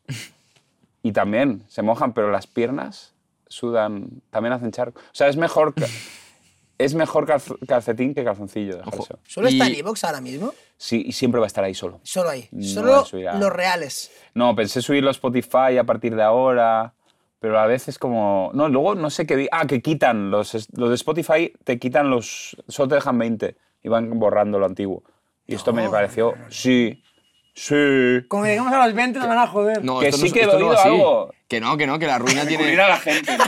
Speaker 3: y también se mojan, pero las piernas sudan, también hacen charco. O sea, es mejor, ca- es mejor calz- calcetín que calzoncillo. dejar
Speaker 1: Ojo.
Speaker 3: eso.
Speaker 2: ¿Solo está
Speaker 1: Y-
Speaker 2: en Evox ahora mismo?
Speaker 3: Sí, y siempre va a estar ahí solo.
Speaker 2: Solo ahí.
Speaker 3: No
Speaker 2: Solo
Speaker 3: lo subirá.
Speaker 2: los reales.
Speaker 3: No, pensé subirlo a Spotify a partir de ahora, pero a veces como... No, luego no sé qué... di- Ah, que quitan. Los, es- los de Spotify te quitan los... Solo te dejan 20 y van borrando lo antiguo. Y esto
Speaker 7: Oh.
Speaker 3: me pareció... Sí, sí.
Speaker 8: Como llegamos a los 20 nos van a joder.
Speaker 1: No,
Speaker 3: Que
Speaker 1: esto
Speaker 3: sí
Speaker 1: no,
Speaker 3: que
Speaker 1: esto
Speaker 3: he
Speaker 1: no
Speaker 3: oído
Speaker 1: va así.
Speaker 3: algo.
Speaker 1: Que no, que no, que la
Speaker 3: (laughs)
Speaker 1: ruina
Speaker 7: Recurrir
Speaker 1: tiene.
Speaker 7: a la gente,
Speaker 2: (laughs)
Speaker 7: ¿no?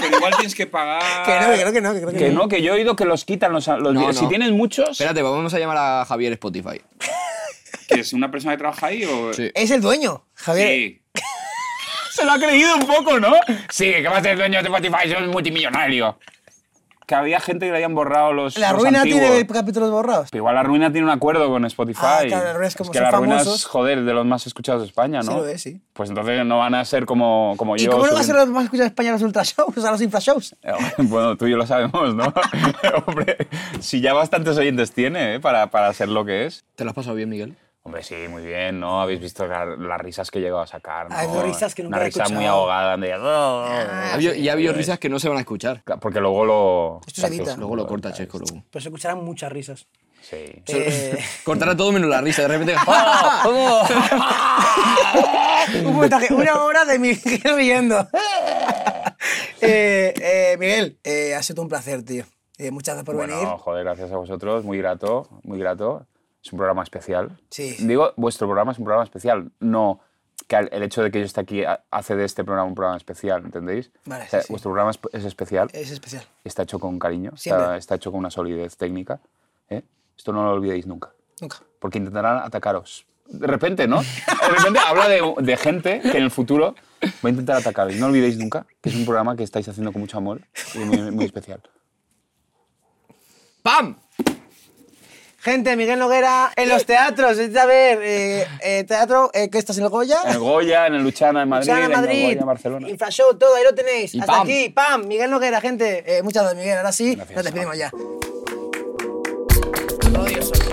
Speaker 7: Pero igual tienes que pagar.
Speaker 2: Que no, que no, que no, que no. que
Speaker 3: Que
Speaker 2: no.
Speaker 3: no, que yo he oído que los quitan los... los
Speaker 1: No,
Speaker 3: Si
Speaker 1: no.
Speaker 3: tienes muchos...
Speaker 1: Espérate, vamos a llamar a Javier Spotify.
Speaker 7: ¿Que es una persona que trabaja ahí o...?
Speaker 1: Sí.
Speaker 2: Es el dueño, Javier.
Speaker 7: Sí.
Speaker 2: (laughs)
Speaker 3: Se lo ha creído un poco, ¿no? Sí, que va a ser dueño de Spotify, soy multimillonario. Que había gente que le habían borrado los
Speaker 2: La
Speaker 3: los
Speaker 2: ruina
Speaker 3: antiguos.
Speaker 2: tiene capítulos borrados.
Speaker 3: Pero igual la ruina tiene un acuerdo con Spotify.
Speaker 2: Ah, claro, la Ruina es como
Speaker 3: que
Speaker 2: son
Speaker 3: la ruina es,
Speaker 2: famosos.
Speaker 3: joder, de los más escuchados de España, ¿no?
Speaker 2: Sí lo es, sí.
Speaker 3: Pues entonces no van a ser como, como
Speaker 2: ¿Y
Speaker 3: yo.
Speaker 2: cómo no va a ser
Speaker 3: subiendo- (laughs) Eh,
Speaker 2: los más escuchados de España los ultra shows, a los infra shows?
Speaker 3: Bueno, tú y yo lo sabemos, ¿no? (laughs) Hombre, si ya bastantes oyentes tiene ¿eh? para, para ser lo que es.
Speaker 1: ¿Te lo has pasado bien, Miguel?
Speaker 3: Hombre, sí, muy bien, ¿no? Habéis visto la- las risas que he llegado a sacar. ¿no?
Speaker 2: Ha habido risas que nunca
Speaker 3: Una
Speaker 2: he
Speaker 3: risa muy
Speaker 2: escuchado. Ah.
Speaker 3: ahogada, de... Ah,
Speaker 1: Ha habido- y ha habido risas que no se van a escuchar.
Speaker 3: Porque luego lo.
Speaker 2: Esto se edita.
Speaker 1: Luego lo corta Checo, luego.
Speaker 8: Pero se escucharán muchas risas.
Speaker 3: Sí. (laughs)
Speaker 2: Eh,
Speaker 1: Cortará todo menos la risa, de repente. ¡Ah!
Speaker 2: (laughs) un montaje, una hora de Miguel
Speaker 3: (laughs)
Speaker 2: riendo. Eh, eh, Miguel, eh, ha sido un placer, tío. Eh, muchas gracias por
Speaker 3: bueno,
Speaker 2: venir.
Speaker 3: joder, gracias a vosotros, muy grato, muy grato. Es un programa especial.
Speaker 2: Sí.
Speaker 3: Digo, vuestro programa es un programa especial, no que al- el hecho de que yo esté aquí ha- hace de este programa un programa especial, ¿entendéis?
Speaker 2: Vale,
Speaker 3: O sea,
Speaker 2: sí, sí.
Speaker 3: Vuestro programa es, es especial,
Speaker 2: Es especial.
Speaker 3: está hecho con cariño, está,
Speaker 2: Siempre.
Speaker 3: está hecho con una solidez técnica. ¿eh? Esto no lo olvidéis nunca,
Speaker 2: Nunca.
Speaker 3: porque intentarán atacaros. De repente, ¿no? De repente habla de, de gente que en el futuro va a intentar atacaros. No olvidéis nunca que es un programa que estáis haciendo con mucho amor y muy- muy especial.
Speaker 1: ¡Pam!
Speaker 2: Gente, Miguel Noguera en los teatros. Es a ver, eh, eh, teatro, eh, ¿qué estás en el Goya?
Speaker 3: En el Goya, en el Luchana, en Madrid,
Speaker 2: Luchana,
Speaker 3: en el
Speaker 2: Madrid,
Speaker 3: Goya, en Barcelona.
Speaker 2: Infrashow, todo, ahí lo tenéis.
Speaker 1: Y
Speaker 2: Hasta
Speaker 1: pam.
Speaker 2: aquí, pam, Miguel Noguera, gente. Eh, muchas gracias, Miguel. Ahora sí, (laughs)
Speaker 3: Gracias.
Speaker 2: nos despedimos ya. Odioso.